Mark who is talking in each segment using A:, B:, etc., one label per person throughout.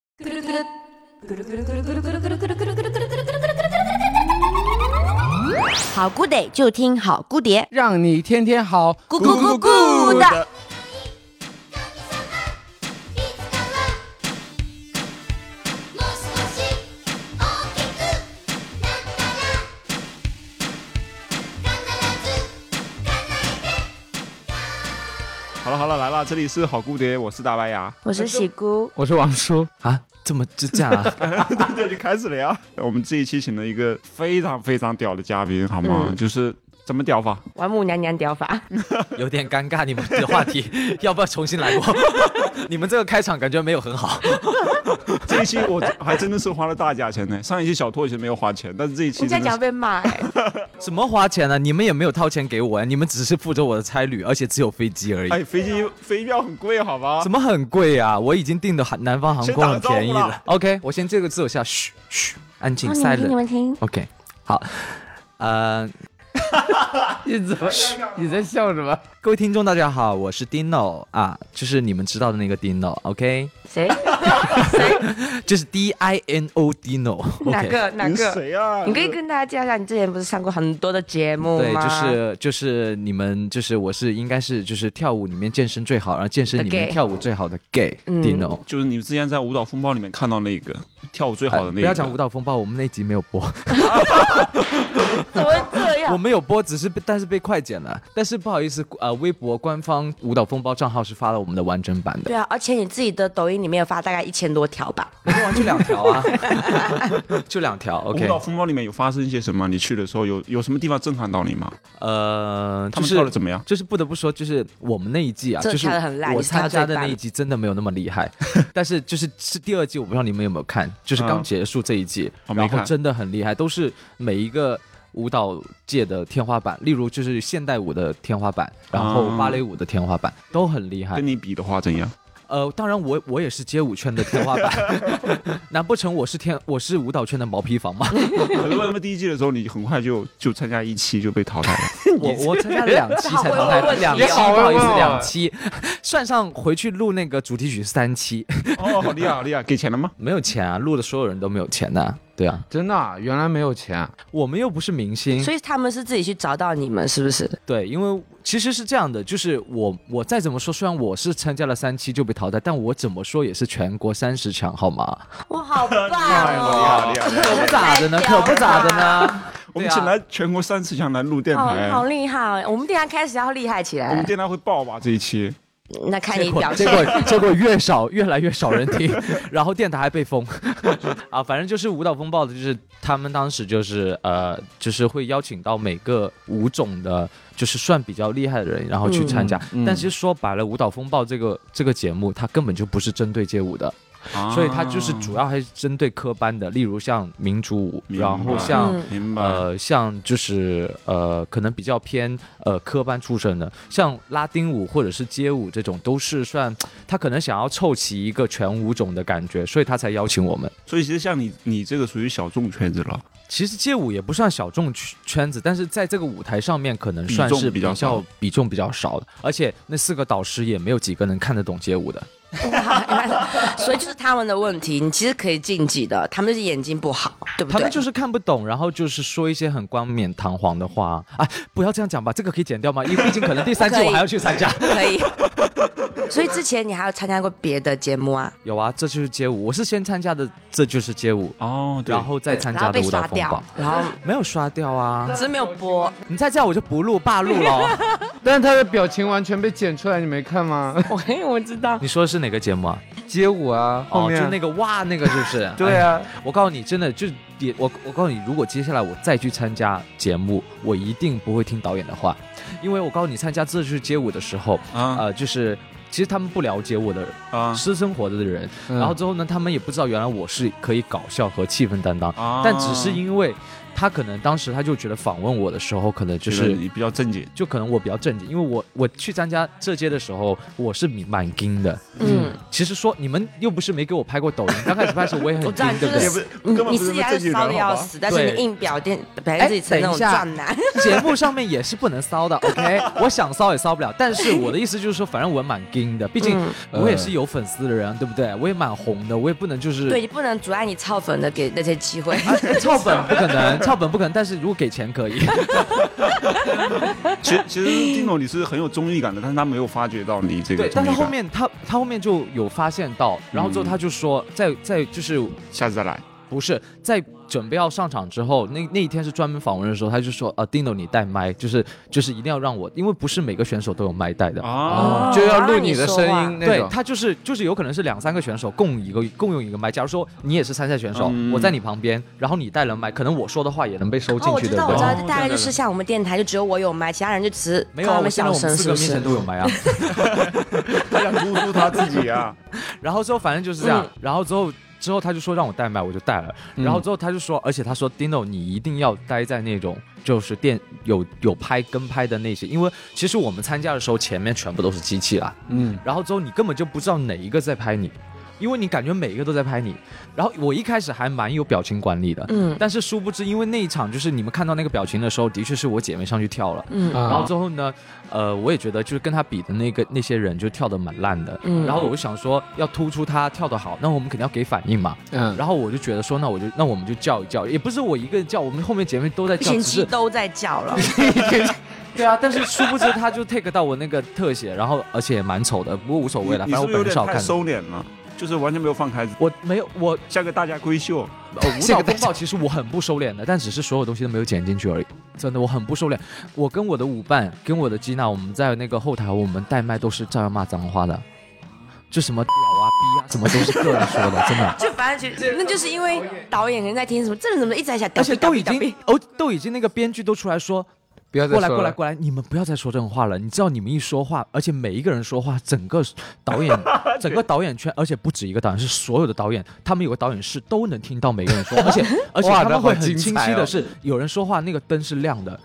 A: くるくるくるくるくるくるくるくるくるくるくるくるくるくるくるくるくる
B: 好 good 就听好 good 碟。
C: 让你天天好，
B: 咕咕咕咕的。
D: もう少し大きくなったら必ず
E: 好了好了，来了，这里是好姑爹，我是大白牙，
B: 我是喜姑，
C: 我是王叔啊，这么就这样啊？
E: 这就开始了呀。我们这一期请了一个非常非常屌的嘉宾，好吗？
B: 嗯
E: 就是怎么屌法？
B: 玩母娘娘屌法。
F: 有点尴尬，你们的话题 要不要重新来过？ 你们这个开场感觉没有很好。
E: 这一期我还真的是花了大价钱呢。上一期小拓其实没有花钱，但是这一期
B: 你这
E: 真
B: 样讲要
E: 的
B: 被
E: 是
B: 骂哎、
F: 什么花钱呢、啊你们也没有掏钱给我啊呀、你们只是负责我的差旅，而且只有飞机而已。
E: 哎，飞机飞票很贵，好吧？
F: 怎么很贵啊？我已经订的南方航空很便宜
E: 谁打招呼了
F: 了。OK，我先这个字我下，嘘嘘，安静
B: 哦，你们听，你
F: silent。
B: 们听，
F: OK，好，呃，
C: 你怎么？你在笑什么？
F: 各位听众大家好，我是 Dino 啊，就是你们知道的那个 Dino，OK，、
B: 谁？
F: 就是 D I N O Dino，
B: 哪个？哪
E: 你是
B: 个？
E: 谁啊呀？
B: 你可以跟大家介绍一下，你之前不是上过很多的节目
F: 对，
B: 吗？
F: 就是就是你们就是我是应该是就是跳舞里面健身最好，然后健身里
B: The
F: 面
B: gay
F: 跳舞最好的 gay
B: 嗯
F: Dino。
E: 就是你之前在舞蹈风暴里面看到那个跳舞最好的那个，
F: 哎不要讲舞蹈风暴，我们那集没有播，
B: 怎么会这
F: 我
B: 样？
F: 们有播，只是被但是被快剪了。但是不好意思，呃，微博官方舞蹈风暴账号是发了我们的完整版的，
B: 对啊，而且你自己的抖音里面有发大概一千多条吧？
F: 我们就两条 啊， 就两条。
E: 舞
F: OK，
E: 蹈风暴里面有发生一些什么？你去的时候有有什么地方震撼到你吗？
F: 呃，
E: 他
F: 就
E: 们
F: 是
E: 跳的怎么样？
F: 就是不得不说，就是我们那一季啊，
B: 这
F: 就是
B: 跳得很烂
F: 我
B: 你是跳
F: 参加的
B: 最棒
F: 那一季真的没有那么厉 害，但是就是是第二季，我不知道你们有没有看，就是刚
E: 嗯
F: 结束这一季，
E: 我没
F: 然后
E: 看
F: 真的很厉害，都是每一个舞蹈界的天花板，例如就是现代舞的天花板，然后
E: 啊
F: 芭蕾舞的天花板都很厉害
E: 跟。你比的话怎样？
F: 呃，当然我我也是街舞圈的天花板， 难不成我是天我是舞蹈圈的毛坯房吗？
E: 可是为什么第一季的时候你很快就就参加一期就被淘汰了？
F: 我我参加了两期才淘汰，两期
C: 你
F: 不
C: 好会
F: 好意思
C: 问，我
F: 两期， 算上回去录那个主题曲三期，
E: 哦，好厉害，好厉害！给钱了吗？
F: 没有钱啊，录的所有人都没有钱的、对啊，
C: 真的啊、原来没有钱啊，
F: 我们又不是明星，
B: 所以他们是自己去找到你们，是不是？
F: 对，因为其实是这样的，就是我我再怎么说，虽然我是参加了三期就被淘汰，但我怎么说也是全国三十强，好吗？
B: 哇，好棒
E: 好
B: 哦！
E: 厉哎害，好厉害！
F: 可不咋的
B: 太
F: 呢，
B: 屌
F: 可
B: 了
F: 不咋的呢。
E: 我们请来全国三十强来录电
B: 好
E: 台，
B: 好厉害！哦！我们等一下开始要厉害起
E: 我们
B: 来，
E: 电台会爆吧这一期？
B: 那看
F: 结
B: 你
F: 果
B: 哎表现
F: 结。果结果越少，越来越少人听， 然后电台还被封 啊，反正就是舞蹈风暴的，就是他们当时就是呃，就是会邀请到每个舞种的，就是算比较厉害的人，然后去参加。
C: 嗯嗯
F: 但其实说白了，舞蹈风暴这个这个节目，它根本就不是针对街舞的，
E: 哎啊
F: 所以它就是主要还是针对科班的，例如像民族舞，啊
E: 明白
F: 然后像。
B: 嗯
E: 明白。
F: 呃，像就是呃，可能比较偏呃科班出身的，像拉丁舞或者是街舞这种，都是算他可能想要凑齐一个全舞种的感觉，所以他才邀请我们。
E: 所以其实像你你这个属于小众圈子了，
F: 其实街舞也不算小众圈圈子，但是在这个舞台上面，可能算是
E: 比重比较
F: 较
E: 少
F: 比重比较少的，而且那四个导师也没有几个能看得懂街舞的。
B: 哇 所以就是他们的问题，你其实可以晋级的，他们就是眼睛不好，对不
F: 他
B: 对？
F: 们就是看不懂，然后就是说一些很冠冕堂皇的话啊！不要这样讲吧，这个可以剪掉吗？因为毕竟可能第三季
B: 不可以
F: 我还要去参加。
B: 可以。所以 之前你还有参加过别的节目啊？
F: 有啊，这就是街舞，我是先参加的，这就是街舞，
E: 哦，对
F: 然后再参
B: 然后
F: 加的
B: 被
F: 舞蹈
B: 刷
F: 风暴
B: 掉。，然后
F: 没有刷掉啊！
B: 只是没有播。
F: 你再这样我就不录罢 录了。哦
C: 但是他的表情完全被剪出来，你没看吗？
B: 我我知道，
F: 你说的是哪个节目啊？
C: 街舞啊，后
F: 哦，
C: 面、？
F: 就那个哇，那个是不是
C: 对啊，
F: 哎我告诉你，真的就也我我告诉你，如果接下来我再去参加节目，我一定不会听导演的话，因为我告诉你，参加这就是街舞的时候，
C: 嗯
E: 啊
F: 呃，就是其实他们不了解我的
E: 啊
F: 私生活的人，
C: 嗯
F: 然后之后呢，他们也不知道原来我是可以搞笑和气氛担当，
E: 啊
F: 但只是因为他可能当时他就觉得访问我的时候，可能就
E: 觉得
F: 是
E: 你比较正经，
F: 就可能我比较正经，因为我我去参加这届的时候，我是蛮硬的。
B: 嗯，
F: 其实说你们又不是没给我拍过抖音，刚开始拍的时候我 也很
B: 我知道，
F: 硬，
B: 你就
F: 嗯对不对？
B: 是嗯
E: 根本
B: 你
E: 不是
B: 私底下
E: 正
B: 是
E: 经
B: 骚
E: 人
B: 的
E: 好
B: 要
E: 吧
B: 死，但是
F: 对哎
B: 你硬表现表现自己成那种
F: 等
B: 啊
F: 一下
B: 壮男，
F: 节目上面也是不能骚 的，OK？我想骚也骚不了，但是我的意思就是说，反正我蛮 硬的，毕竟
B: 嗯
F: 我也是有粉丝的人，对不对？我也蛮红的，我也不能就 是
B: 对你不能阻碍你操粉的给那些机会。
F: 抄本不可能，抄本不可能，但是如果给钱可以。
E: 其实其实丁总你是很有综艺感的，但是他没有发掘到你这个
F: 对，
E: 综
F: 但
E: 艺
F: 是
E: 感。
F: 后面他他后面就有发现到，然后之后他就说，
E: 嗯
F: 在在就是
E: 下次再来，
F: 不是在准备要上场之后，那那一天是专门访问的时候，他就说啊，Dino 你带麦，就是就是一定要让我，因为不是每个选手都有麦带的。
E: 啊
C: 就要
B: 哦
C: 录你的声
B: 让
C: 音
B: 你
C: 那
F: 对
C: 种。
F: 他就是就是有可能是两三个选手共一个共用一个麦。假如说你也是参赛选手，
E: 嗯
F: 我在你旁边，然后你带了麦，可能 我说的话也能被收进
B: 哦，我
F: 去，
B: 知
F: 对
B: 道，
F: 不
B: 我知
F: 对？
B: 道
E: 哦，对
B: 大概就
E: 对
B: 是像我们电台，就只有我有麦，其他人就只是
F: 没有
B: 靠
F: 啊，
B: 他
F: 我
B: 们
F: 现在
B: 小
F: 我
B: 声，
F: 们四
B: 是
F: 个
B: 不
F: 面前
B: 是？
F: 都有麦啊。
E: 他想突出他自己啊，
F: 然后之后反正就是这样，
B: 嗯
F: 然后之后之后他就说让我带麦，我就带了。然后之后他就说，而且他说 Dino 你一定要待在那种就是电有有拍跟拍的那些，因为其实我们参加的时候前面全部都是机器啦，
C: 嗯，
F: 然后之后你根本就不知道哪一个在拍你。因为你感觉每一个都在拍你，然后我一开始还蛮有表情管理的，
B: 嗯
F: 但是殊不知，因为那一场就是你们看到那个表情的时候，的确是我姐妹上去跳了，
B: 嗯
C: 啊
F: 然后之后呢，呃，我也觉得就是跟他比的那个那些人就跳的蛮烂的，
B: 嗯
F: 然后我就想说要突出他跳的好，那我们肯定要给反应嘛。
C: 嗯，
F: 然后我就觉得说，那我就那我们就叫一叫，也不是我一个人叫，我们后面姐妹都在
B: 不
F: 叫，
B: 行，
F: 只
B: 鸡
F: 是
B: 都在叫了。
F: 对啊，但是殊不知他就 take 到我那个特写，然后而且也蛮丑的，不过无所谓了，
E: 你
F: 反
E: 你
F: 正
E: 是
F: 我
E: 不是有
F: 本身
E: 点
F: 好
E: 太
F: 看的。
E: 收敛了？就是完全没有放开，
F: 我没有我
E: 像个大家闺秀。
F: 呃舞
C: 这
F: 蹈
C: 个
F: 风暴其实我很不收敛的，但只是所有东西都没有剪进去而已。真的，我很不收敛。我跟我的舞伴，跟我的吉娜，我们在那个后台，我们带麦都是照样骂脏话的，就什么屌啊、逼啊，什么都是个人说的，真的。
B: 就反正就那就是因为导演可能在听什么，这人怎么一直在想，
F: 而且都已
B: 屌逼屌
F: 经
B: 逼，
F: 哦，都已经那个编剧都出来说，
C: 不要再
F: 过来
C: 说
F: 过
C: 了
F: 来过来，你们不要再说这种话了。你知道你们一说话，而且每一个人说话，整个导 演整个导演圈，而且不止一个导演，是所有的导演，他们有个导演室都能听到每个人说， 而且而且
C: 哇
F: 他们会
C: 那好
F: 很
C: 精
F: 清
C: 彩
F: 晰
C: 哦
F: 的是，有人说话那个灯是亮的。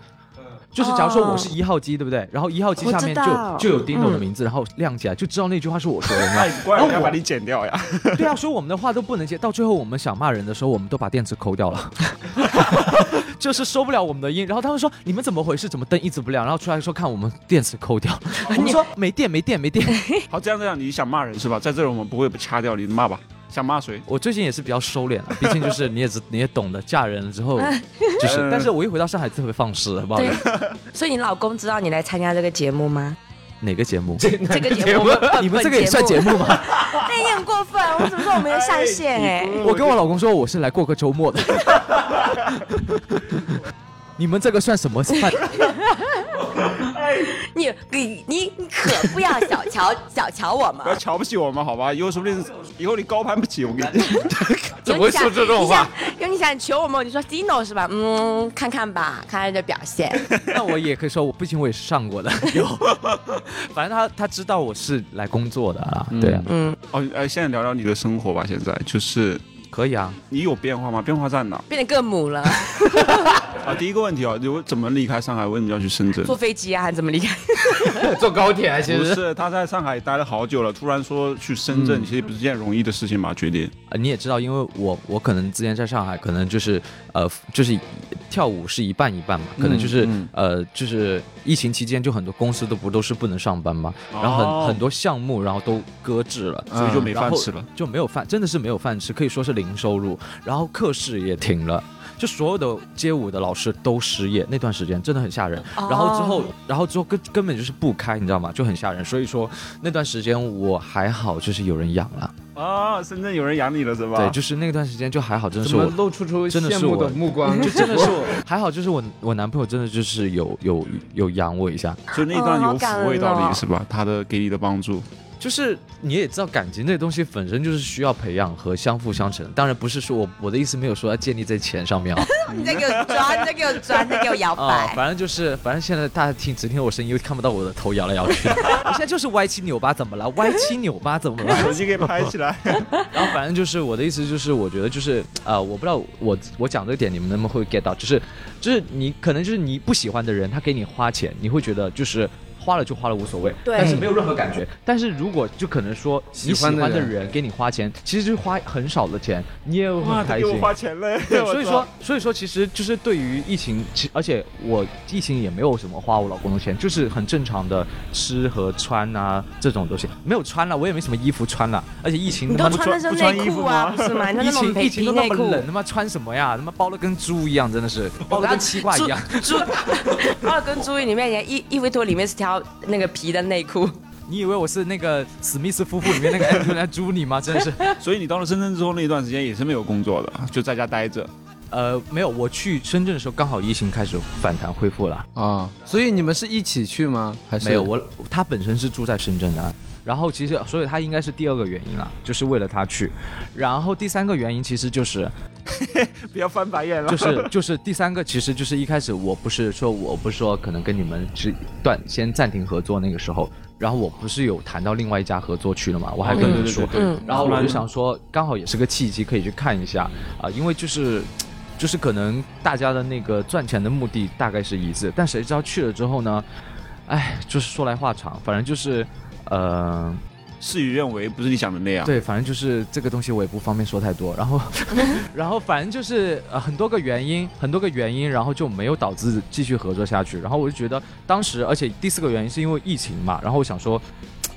F: 就是假如说我是一号机，对不对？然后一号机
B: 我
F: 下
B: 知
F: 面
B: 道
F: 就就有 Dino
C: 嗯
F: 的名字，然后亮起来，就知道那句话是我说的嘛。
E: 哎，怪不得要把你剪掉 呀！
F: 对啊，所以我们的话都不能接。到最后我们想骂人的时候，我们都把电池抠掉 了， 就是收不了我们的音。然后他们说你们怎么回事？怎么灯一直不亮？然后出来说看我们电池抠 掉，我们说没电没电没电。
E: 好，这样这样，你想骂人是吧？在这儿我们不会掐掉你，骂吧。想骂谁？
F: 我最近也是比较收敛了，毕竟就是你也知你也懂得，嫁人了之 后就是，但是我一回到上海特别放肆，好不好？
B: 对，所以你老公知道你来参加这个节目 吗？
F: 哪个节目？
B: 这个节目，
F: 你们这个也算节
B: 目？
F: 目吗？
B: 那也很过分，我怎么说我没有上线哎？
F: 我跟我老公说我是来过个周 末的。 你们这个算什么算？哎
B: 你你你你可不要小瞧小瞧我们
E: 不要，瞧不起我们好吧？以后说不定以后你高攀不起我跟你讲。
B: 有
C: 怎么会
B: 你想
C: 说这种话？
B: 你想有你想求我们，你说 Dino 是吧？嗯，看看吧，看看这表 现。
F: 那我也可以说，我毕竟我也是上过的，有。 反正他他知道我是来工作的啊，对啊，
B: 嗯，
E: 哦，哎，现在聊聊你的生活吧。现在就是
F: 可以啊。
E: 你有变化吗？变化在哪？
B: 变得更母了，
E: 啊，第一个问题啊，就怎么离开上海？为什么要去深圳？
B: 坐飞机啊，还怎么离开？
C: 坐高铁啊，其
E: 不
C: 实
E: 是，他在上海待了好久了，突然说去深圳，
F: 嗯
E: 其实不是件容易的事情吧？决定。
F: 呃你也知道，因为我我可能之前在上海，可能就是呃，就是跳舞是一半一半嘛，可能就是、
E: 嗯
F: 呃，就是疫情期间就很多公司都不都是不能上班嘛，然后很、
E: 哦
F: 很多项目然后都搁置了，嗯
E: 所以就没
F: 然
E: 饭
F: 后
E: 吃了。
F: 就没有饭，真的是没有饭吃，可以说是零收入。然后课室也停了，就所有的街舞的老师都失业，那段时间真的很吓人。
B: 哦
F: 然后之后，然后之后根根本就是不开，你知道吗？就很吓人。所以说那段时间我还好，就是有人养了，
E: 啊，深圳有人养你了是吧？
F: 对，就是那段时间就还好，真的
C: 怎
F: 是
C: 么
F: 我。
C: 露出出
F: 真的
C: 羡
F: 是
C: 慕的
F: 我
C: 目 光？
F: 就啊真的是我还好，就是我我男朋友真的就是有有有养我一下，
E: 所以那一段
B: 哦好
E: 有
B: 感
E: 抚慰到
B: 人哦
E: 你是吧？他的给你的帮助，
F: 就是你也知道，感情这东西本身就是需要培养和相辅相成。当然不是说我我的意思没有说要建立在钱上面 啊，
B: 你在给我抓，你在给我抓，你在给我摇
F: 啊，
B: 摆。
F: 反正就是，反正现在大家听只听我声音，又看不到我的头摇来摇去。我 现在就是歪七扭八，怎么了？歪七扭八怎么了？
E: 手机给拍起来。
F: 然后反正就是我的意思就是，我觉得就是呃，我不知道我我讲这个点你们能不能会 get 到，就是就是你可能就是你不喜欢的人，他给你花钱，你会觉得就是。花了就花了，无所谓，
B: 对
F: 但是没有任何感觉。但是如果就可能说你喜
C: 喜欢
F: 欢
C: 的
F: 的
C: 人
F: 人给你花钱，其实就是花很少的钱，你也会
E: 哇，
F: 很
E: 他
F: 开
E: 给我
F: 心。
E: 花钱了，
F: 对，
E: 我
F: 所以
E: 操
F: 说，所以说，其实就是对于疫情，其而且我疫情也没有什么花我老公的钱，就是很正常的吃和穿啊这种东西，没有穿了，我也没什么衣服穿了，而且疫情
B: 你
F: 他
B: 都
F: 妈
B: 穿那身
E: 不穿
B: 内
E: 衣服
B: 裤啊，
E: 吗
B: 不是吗？你
F: 疫
B: 穿那种
F: 情 疫
B: 皮
F: 情
B: 皮
F: 都那
B: 内
F: 么
B: 裤，
F: 冷，他妈穿什么呀？他妈包的跟猪 一样，真的是包的跟西瓜一样。
B: 猪。 猪，二跟猪里面，人家衣衣服脱里面是条那个皮的内裤。
F: 你以为我是那个史密斯夫妇里面那个 Andrew 来猪你吗？真的 是，
E: 所以你到了深圳之后那一段时间也是没有工作的，就在家待着。
F: 呃，没有，我去深圳的时候刚好疫情开始反弹恢复了。
C: 啊，所以你们是一起去吗？还是
F: 没有，我他本身是住在深圳的，然后其实所以他应该是第二个原因啦，就是为了他去，然后第三个原因其实就是
E: 不要翻白眼了
F: 就。是就是第三个其实就是一开始我不是说我不是说可能跟你们是断先暂停合作那个时候，然后我不是有谈到另外一家合作去了嘛，我还跟你们说，
B: 嗯
F: 然后我就想说刚好也是个契机可以去看一下啊、因为就是。就是可能大家的那个赚钱的目的大概是一致，但谁知道去了之后呢？哎，就是说来话长，反正就是，呃，
E: 事与愿违，不是你想的那样。
F: 对，反正就是这个东西我也不方便说太多。然后， 然后反正就是呃很多个原因，很多个原因，然后就没有导致继续合作下去。然后我就觉得当时，而且第四个原因是因为疫情嘛，然后我想说。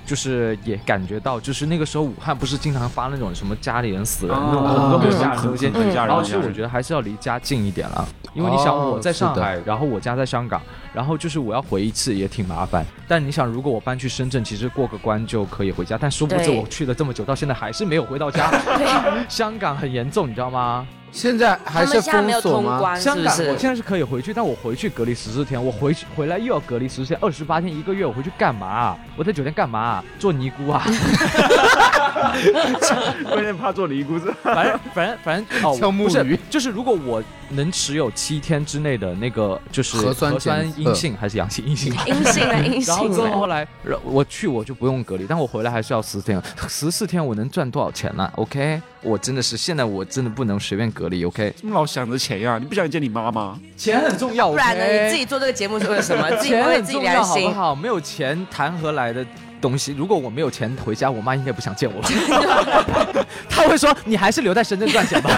F: 就是也感觉到，就是那个时候武汉不是经常发那种什么家里人死人那种
E: 哦
F: 很多很吓人嗯的东西，
E: 很啊吓人
F: 然后其实
E: 很吓人
F: 我觉得还是要离家近一点了，因为你想
C: 哦
F: 我在
C: 是的
F: 上海，然后我家在香港，然后就是我要回一次也挺麻烦。但你想，如果我搬去深圳，其实过个关就可以回家，但殊不知
B: 对
F: 我去了这么久，到现在还是没有回到家。 香港很严重，你知道吗？
C: 现在
B: 他
C: 还
B: 们
C: 是
B: 现在没
C: 封
B: 有
C: 锁
B: 通
C: 吗？
B: 关，是
F: 香
B: 不
F: 港我
B: 是？
F: 现在是可以回去，但我回去隔离十四天，我回去回来又要隔离十四天，二十八天一个月，我回去干嘛啊？我在酒店干嘛啊？做尼姑啊？
E: 关键怕做尼姑子。
F: 反正反正反正 哦，
C: 像木
F: 不是
C: 鱼，
F: 就是如果我能持有七天之内的那个就是
C: 核酸
F: 核酸
C: 检测
F: 阴性还是阳性阴性 吧。
B: 阴性啊，阴性
F: 然后之后后
B: 啊。
F: 来，然后我去我就不用隔离，但我回来还是要十天，十四天我能赚多少钱呢、o k 我真的是现在我真的不能随便隔离，OK？
E: 怎么老想着钱 呀？你不想见你妈吗？
F: 钱很重要
B: 不
F: ，OK？
B: 然呢？你自己做这个节目是为了什么？自己
F: 钱
B: 为
F: 很
B: 自己
F: 重要，
B: 良
F: 好不
B: 心。
F: 好？没有钱谈何来的东西？如果我没有钱回家，我妈应该不想见我了。 她会说：“你还是留在深圳赚钱吧。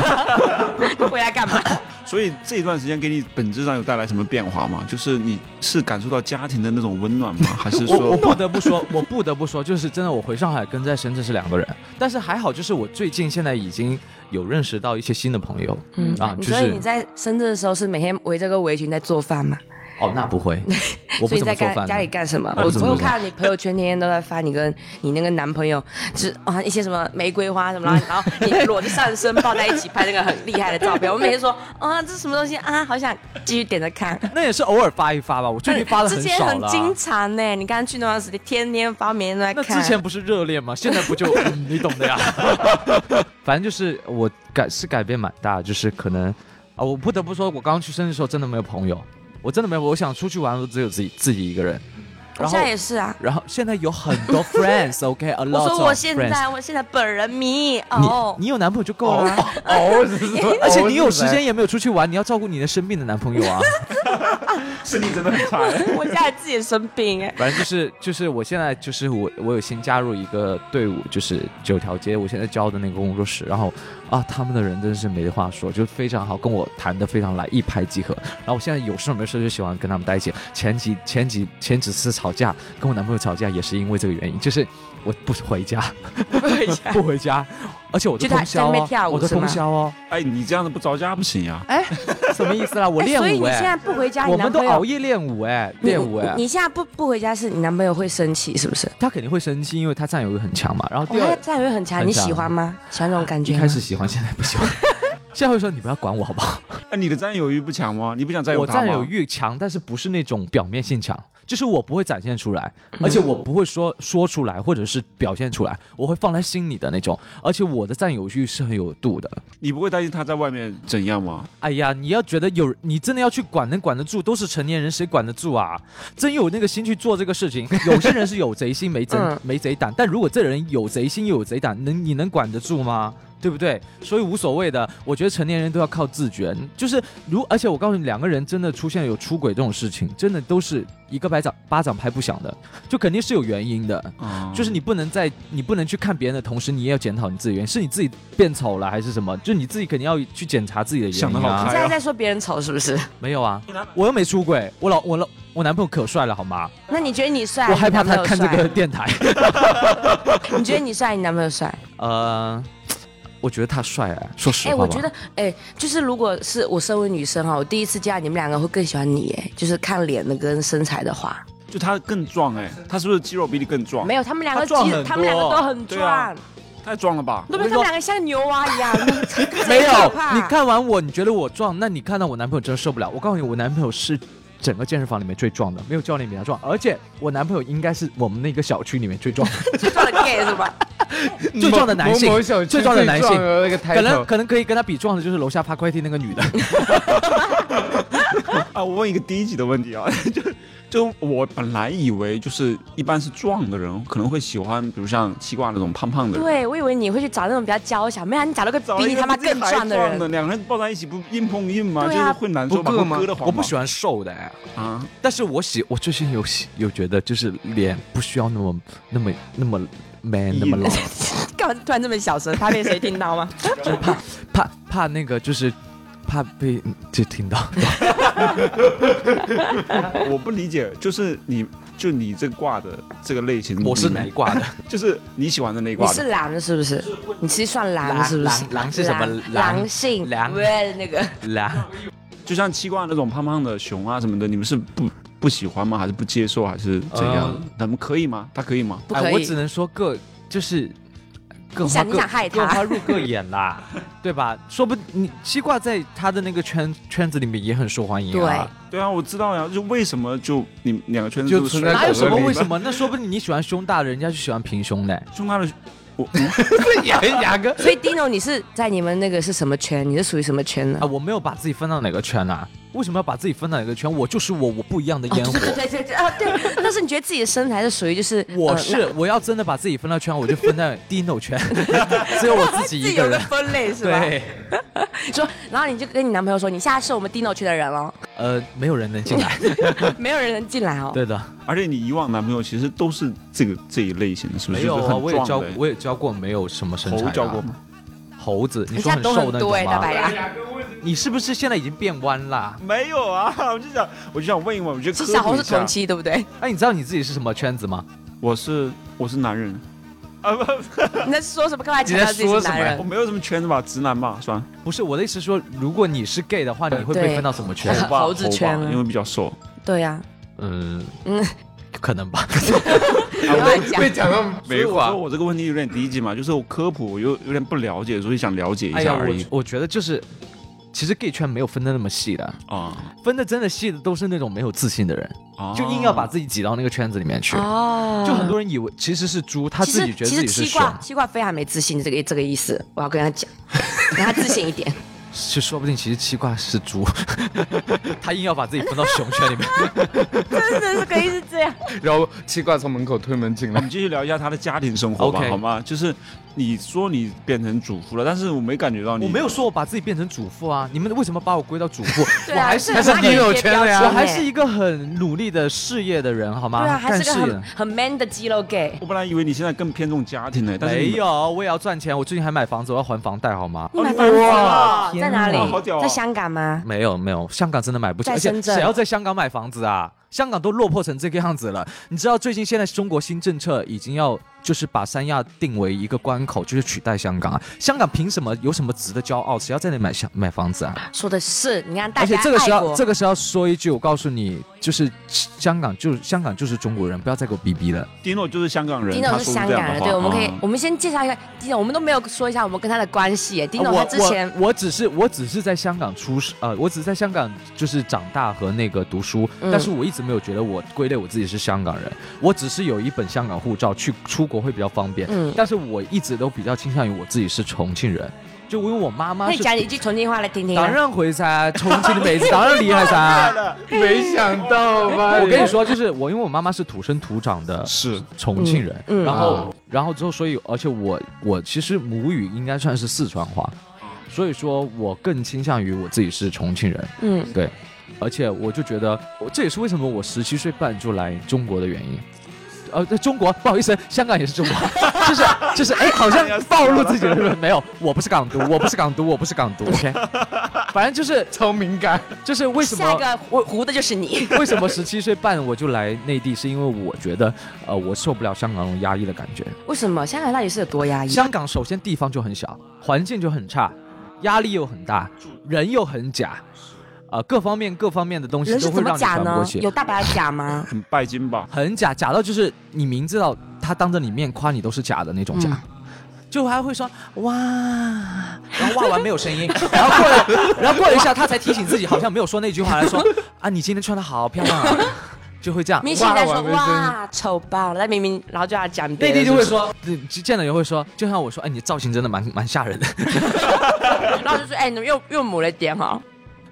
B: 回来干嘛？
E: 所以这一段时间给你本质上有带来什么变化吗？就是你是感受到家庭的那种温暖吗？还是
F: 我”我
E: 说
F: 不得不说， 我不得不说，就是真的，我回上海跟在深圳是两个人。但是还好，就是我最近现在已经有认识到一些新的朋友，嗯啊，就
B: 所以
F: 是
B: 你在深圳的时候是每天围着个围裙在做饭吗？
F: 哦，那 不会，
B: 所
F: 我不
B: 以
F: 怎
B: 你
F: 么
B: 在
F: 做
B: 干
F: 饭的。
B: 家里干什么？
F: 我
B: 我
F: 不怎么
B: 我有
F: 做饭
B: 看到你朋友圈天天都在发你跟你那个男朋友，就是啊一些什么玫瑰花什么，然后你裸着上身抱在一起拍那个很厉害的照片。我每天说啊这是什么东西啊，好想继续点着 看。
F: 那也是偶尔发一发吧，我最近发 的
B: 之前
F: 少
B: 很
F: 了。
B: 经常呢，你刚刚去那段时间天天发，每天都在
F: 那
B: 看。
F: 之前不是热恋吗？现在 不就、嗯你懂的呀？ 反正就是我改是改变蛮大，就是可能啊、我不得不说，我刚去深圳的时候真的没有朋友，我真的没有，我想出去玩都只有自己自己一个人。
B: 我
F: 然后
B: 现在也是啊。
F: 然后现在有很 多 friends，OK，a、lot
B: 我
F: of friends。
B: 说我现在我现在本人迷哦
F: 你，你有男朋友就够了啊、
C: 哦，是哦什么
F: 而且你有时间也没有出去玩，你要照顾你的生病的男朋友啊。
E: 身体真的很差？
B: 我家里自己生病哎。
F: 反正就是就是我现在就是我我有新加入一个队伍，就是九条街我现在教的那个工作室，然后啊他们的人真是没话说，就非常好，跟我谈的非常来，一拍即合。然后我现在有事没事就喜欢跟他们在一起。前几前几前几次吵架，跟我男朋友吵架也是因为这个原因，就是我不回家， 不回家，而且我
B: 就
F: 都
B: 他
F: 通宵
B: 在那边
F: 哦，
B: 跳舞
F: 我都
B: 是吗
F: 通宵 哦，
E: 哎，你这样子不着家不行呀！
F: 什么意思啦？ 我
B: 哎
F: 练
B: 所以
F: 舞
B: 你现在
F: 哎，
B: 不回家，你
F: 我们
B: 男
F: 都
B: 朋友
F: 熬夜练舞哎，
B: 你
F: 练舞哎
B: 你。你现在不不回家，是你男朋友会生气，是不是？
F: 他肯定会生气，因为他占有欲很强嘛。然后
B: 哦，
F: 第二
B: 他占有欲很强，
F: 很
B: 你
F: 强
B: 喜欢吗？喜欢这种感觉
F: 一
B: 吗？
F: 开始喜欢，现在不喜欢。现在会说你不要管我好不好？
E: 哎，你的占有欲不强吗？你不想占有
F: 我
E: 他吗？
F: 占有欲强，但是不是那种表面性强，就是我不会展现出来，
E: 嗯
F: 而且我不会说说出来或者是表现出来，我会放在心里的那种。而且我的占有欲是很有度的。
E: 你不会担心他在外面怎样吗？
F: 哎呀，你要觉得有，你真的要去管，能管得住，都是成年人，谁管得住啊？真有那个心去做这个事情， 有些人是有贼心没贼、
B: 嗯
F: 没贼胆，但如果这人有贼心又有贼胆，能你能管得住吗？对不对？所以无所谓的，我觉得成年人都要靠自觉。就是如，而且我告诉你，两个人真的出现有出轨这种事情，真的都是一个巴掌巴掌拍不响的，就肯定是有原因的。
E: 啊
F: 就是你不能在你不能去看别人的同时，你也要检讨你自己的原因，是你自己变丑了还是什么？就你自己肯定要去检查自己的原因、啊。
E: 想得好
B: 你
E: 开
B: 现在在说别人丑是不是？
F: 没有啊，我又没出轨，我老我老我男朋友可帅了好吗？
B: 那你觉得你帅？
F: 我害怕
B: 啊你男
F: 他
B: 朋友
F: 看这
B: 帅
F: 个。电台。
B: 你觉得你帅，你男朋友帅？
F: 呃，我觉得他帅哎，说实
B: 哎，
F: 话
B: 我
F: 吧。
B: 觉得，哎，就是如果是我身为女生哦哈，我第一次见到你们两个会更喜欢你，哎，就是看脸的跟身材的话，
E: 就他更壮哎，他是不是肌肉比你更壮？
B: 没有，他们两个
F: 他壮
B: 其实
F: 很
B: 他们两个
F: 多
B: 都很
E: 对啊
B: 壮，
E: 太壮了吧？
B: 对不对？他们两个像牛蛙一 样，
F: 没有
B: 真可怕，
F: 你看完我，你觉得我壮，那你看到我男朋友真的受不了。我告诉你，我男朋友是整个健身房里面最壮的，没有教练比他壮，而且我男朋友应该是我们那个小区里面最壮 的，
B: 最壮的 gay 是吧？
F: 最壮的男性
C: 某某小区
F: 最壮的男性
C: 最那个抬
F: 可能
C: 头，
F: 可能可以跟他比壮的就是楼下发快递那个女的。
E: 啊，我问一个低级的问题啊， 就就我本来以为就是一般是壮的人可能会喜欢，比如像西瓜那种胖胖的人。
B: 对，我以为你会去找那种比较娇小，没想到你找了个
E: 找
B: 比你他妈更壮的
E: 的
B: 人。
E: 两个人抱在一起不硬碰硬吗？
B: 对
E: 就
B: 啊
E: 是会难受吗？
C: 不硌吗
E: 会硌得慌
F: 我不喜欢瘦的哎。
E: 欢啊，
F: 但是我喜我最近有喜有觉得就是脸不需要那么那么那么 man 那么
E: 硬
F: long，
B: 干嘛突然这么小声？怕被谁听到吗？
F: 就怕怕怕那个就是怕被嗯就听到。
E: 我不理解，就是你就你这挂的这个类型，
F: 我是哪一挂 的？
E: 就是你喜欢的那一
B: 你
E: 挂
B: 是
E: 的，
B: 狼是不是？你其实算狼
F: 狼
B: 是不是？
F: 狼狼是什么哎狼
B: 狼性
F: 狼
B: 对那个
F: 啦，
E: 就像七瓜那种胖胖的熊啊什么的，你们是不不喜欢吗？还是不接受？还是怎样？他们可以吗？他可以吗？
B: 不
F: 哎
B: 可以。
F: 我只能说各就是各
B: 你
F: 花
B: 想你
F: 各
B: 想害
F: 各花
B: 他？
F: 入各眼 啦，对吧？说不你西瓜在他的那个圈圈子里面也很受欢迎啊。
E: 对啊，我知道呀，就为什么就你们两个圈子
C: 就
E: 都是
C: 存在
F: 哪有什么
C: 狗哥
F: 为什么？那说不定你喜欢胸大的，人家就喜欢平胸的。
E: 胸大的我
C: 牙哥
B: 所以 Dino，你是在你们那个是什么圈？你是属于什么圈呢
F: 啊，？我没有把自己分到哪个圈啊？为什么要把自己分到哪个圈？我就是我，我不一样的
B: 哦
F: 烟火。
B: 对对对对啊对。但是你觉得自己的身材是属于就是
F: 我
B: 呃
F: 是我要真的把自己分到圈，我就分在 Dino 圈，只有我自己
B: 自己
F: 一
B: 有
F: 个
B: 个
F: 人。
B: 分类是吧？
F: 对，
B: 说，然后你就跟你男朋友说，你现在是我们 Dino 圈的人 了，
F: 呃，没有人能 进来。
B: 没有人能进来哦。
F: 对的，
E: 而且你以往男朋友其实都是这个这一类型的，是不是？
F: 没有
E: 就是
F: 啊，
E: 很
F: 我也交
E: 壮的啊
F: 我也交过没有什么身材
E: 猴
F: 的。
E: 教过吗？
F: 猴子，你
B: 人
F: 说
B: 家
F: 很
B: 都
F: 瘦
B: 很
F: 的那
B: 多哎，
F: 种
B: 大白
F: 吗？
B: 牙。
F: 你是不是现在已经变弯啦？
E: 没有啊， 我就想我就想问一问，我就
B: 其
E: 科
B: 实小
E: 普
B: 红
E: 一
B: 是
E: 下
B: 同。期，对不对？
F: 哎，你知道你自己是什么圈子吗？
E: 我是我是男人啊，不，
B: 你在说什么？刚才强调自己是男
E: 我
B: 人，
E: 没有什么圈子吧，直男吧，算
F: 不是我的意思是说，如果你是 gay 的话，你会
B: 对
F: 被分到什 么圈？
E: 猴吧
B: 猴子圈
E: 猴吧
B: 啊
E: 因为比较瘦。
B: 对呀，
F: 嗯
B: 嗯，
F: 可能吧。
B: 不要讲。
C: 啊被讲到
E: 没
C: 没
E: 我
C: 话
E: 说。我这个问题有点啊低级嘛，就是我科普我又有点不了解，所以想了解一
F: 哎
E: 下
F: 呀，
E: 而已
F: 我我觉得就是，其实 gay 圈没有分的那么细的，
E: 啊。
F: 分的真的细的都是那种没有自信的人，
E: 啊
F: 就硬要把自己挤到那个圈子里面去。
B: 哦
F: 就很多人以为其实是猪，他
B: 其
F: 自
B: 实
F: 己觉得
B: 其
F: 自
B: 实
F: 己是
B: 七
F: 熊，
B: 卦七卦非常没自信，这个这个意思，我要跟他讲， 让他自信一点。
F: 就说不定其实七卦是猪， 他硬要把自己分到熊圈 里面。
B: 真的是可以是这样。
C: 然后七怪从门口推门进
E: 我
C: 来
E: 们，继续聊一下他的家庭生活吧
F: OK
E: 好吗？就是你说你变成主妇了，但是我没感觉到你，
F: 我没有说我把自己变成主妇啊，你们为什么把我归到主妇？
B: 对
F: 我
B: 啊，
F: 还是
B: 这
C: 还是
B: 哪里
C: 挺有
B: 有
C: 钱的呀
B: 标签
F: 我还
B: 欸
F: 是一个很努力的事业的人，好吗？
B: 对 啊，还是个
F: 干事业
B: 很很 man 的肌肉 gay。
E: 我本来以为你现在更偏重家庭呢，但是你哦
F: 没有，我也要赚钱，我最近还买房子，我要还房贷，好吗？
B: 你买房子了，
F: 天
B: 在哪
F: 哪
E: 好
B: 里
E: 屌？哦
B: 在香港吗？
F: 没有没有，香港真的买不起，
B: 在
F: 而且
B: 深圳
F: 谁要在香港买房子啊？香港都落魄成这个样子了。你知道最近现在中国新政策已经要就是把三亚定为一个关口，就是取代香港啊。香港凭什么有什么值得骄傲？谁要在那里买香买房子啊？
B: 说的是，你看大
F: 而且
B: 家
F: 这个时
B: 爱
F: 候，
B: 国
F: 这个时候说一句，我告诉你，就是香港就香港就是中国人，不要再给我逼逼了。
E: 迪诺就是香港人，
B: 丁总
E: 他
B: 是
E: 说出
B: 香
E: 这样
B: 港人，
E: 的话
B: 对，我
F: 嗯
B: 们可以
E: 啊，
B: 我们先介绍一下丁总，我们都没有说一下我们跟他的关系耶。丁总他
F: 啊我
B: 之前
F: 我我只是我只是在香港出世，呃，我只是在香港就是长大和那个读书，
B: 嗯
F: 但是我一直没有觉得我归类我自己是香港人，我只是有一本香港护照，去出国会比较方便。
B: 嗯
F: 但是我一直都比较倾向于我自己是重庆人，就因为我妈妈
B: 那你
F: 是。
B: 讲一句重庆话来听听啊。
F: 当然会噻，重庆的妹子当然厉害 噻。
C: 没想到吧？
F: 我跟你说，就是我，因为我妈妈是土生土长的
E: 是
F: 重庆人，
B: 嗯嗯
F: 然后然后之后，所以而且我我其实母语应该算是四川话，所以说我更倾向于我自己是重庆人，
B: 嗯，
F: 对，而且我就觉得我这也是为什么我十七岁半就来中国的原因。呃，在中国，不好意思，香港也是中国，就是就是，哎，好像暴露自己的身份没有，我不是港独，我不是港独，我不是港独，OK，反正就是
C: 超敏感，
F: 就是为什么
B: 下一个糊糊的就是你。
F: 为什么十七岁半我就来内地？是因为我觉得，呃，我受不了香港那种压抑的感觉。
B: 为什么香港到底是有多压抑？
F: 香港首先地方就很小，环境就很差，压力又很大，人又很假，啊、各方面各方面的东西
B: 人是
F: 都会
B: 怎么
F: 让你
B: 假
F: 喘不
B: 呢
F: 过？气
B: 有。大白的假吗？
E: 很拜金吧？
F: 很假，假到就是你明知道他当着你面夸你都是假的那种假。
B: 嗯
F: 就还会说哇，然后哇完没有声音， 然后过了，然后过了一下，他才提醒自己好像没有说那句话，来说啊，你今天穿的好漂亮啊，就会这 样。
B: 明星在说
C: 哇完没声音
B: 哇丑爆了，但明明然后就要讲别
F: 内
B: 人
F: 地就会
B: 是不
F: 说，对见了也会说，就像我说，哎，你造型真的蛮蛮吓人的。
B: 是，然后就说哎，你们又又母了一点哈，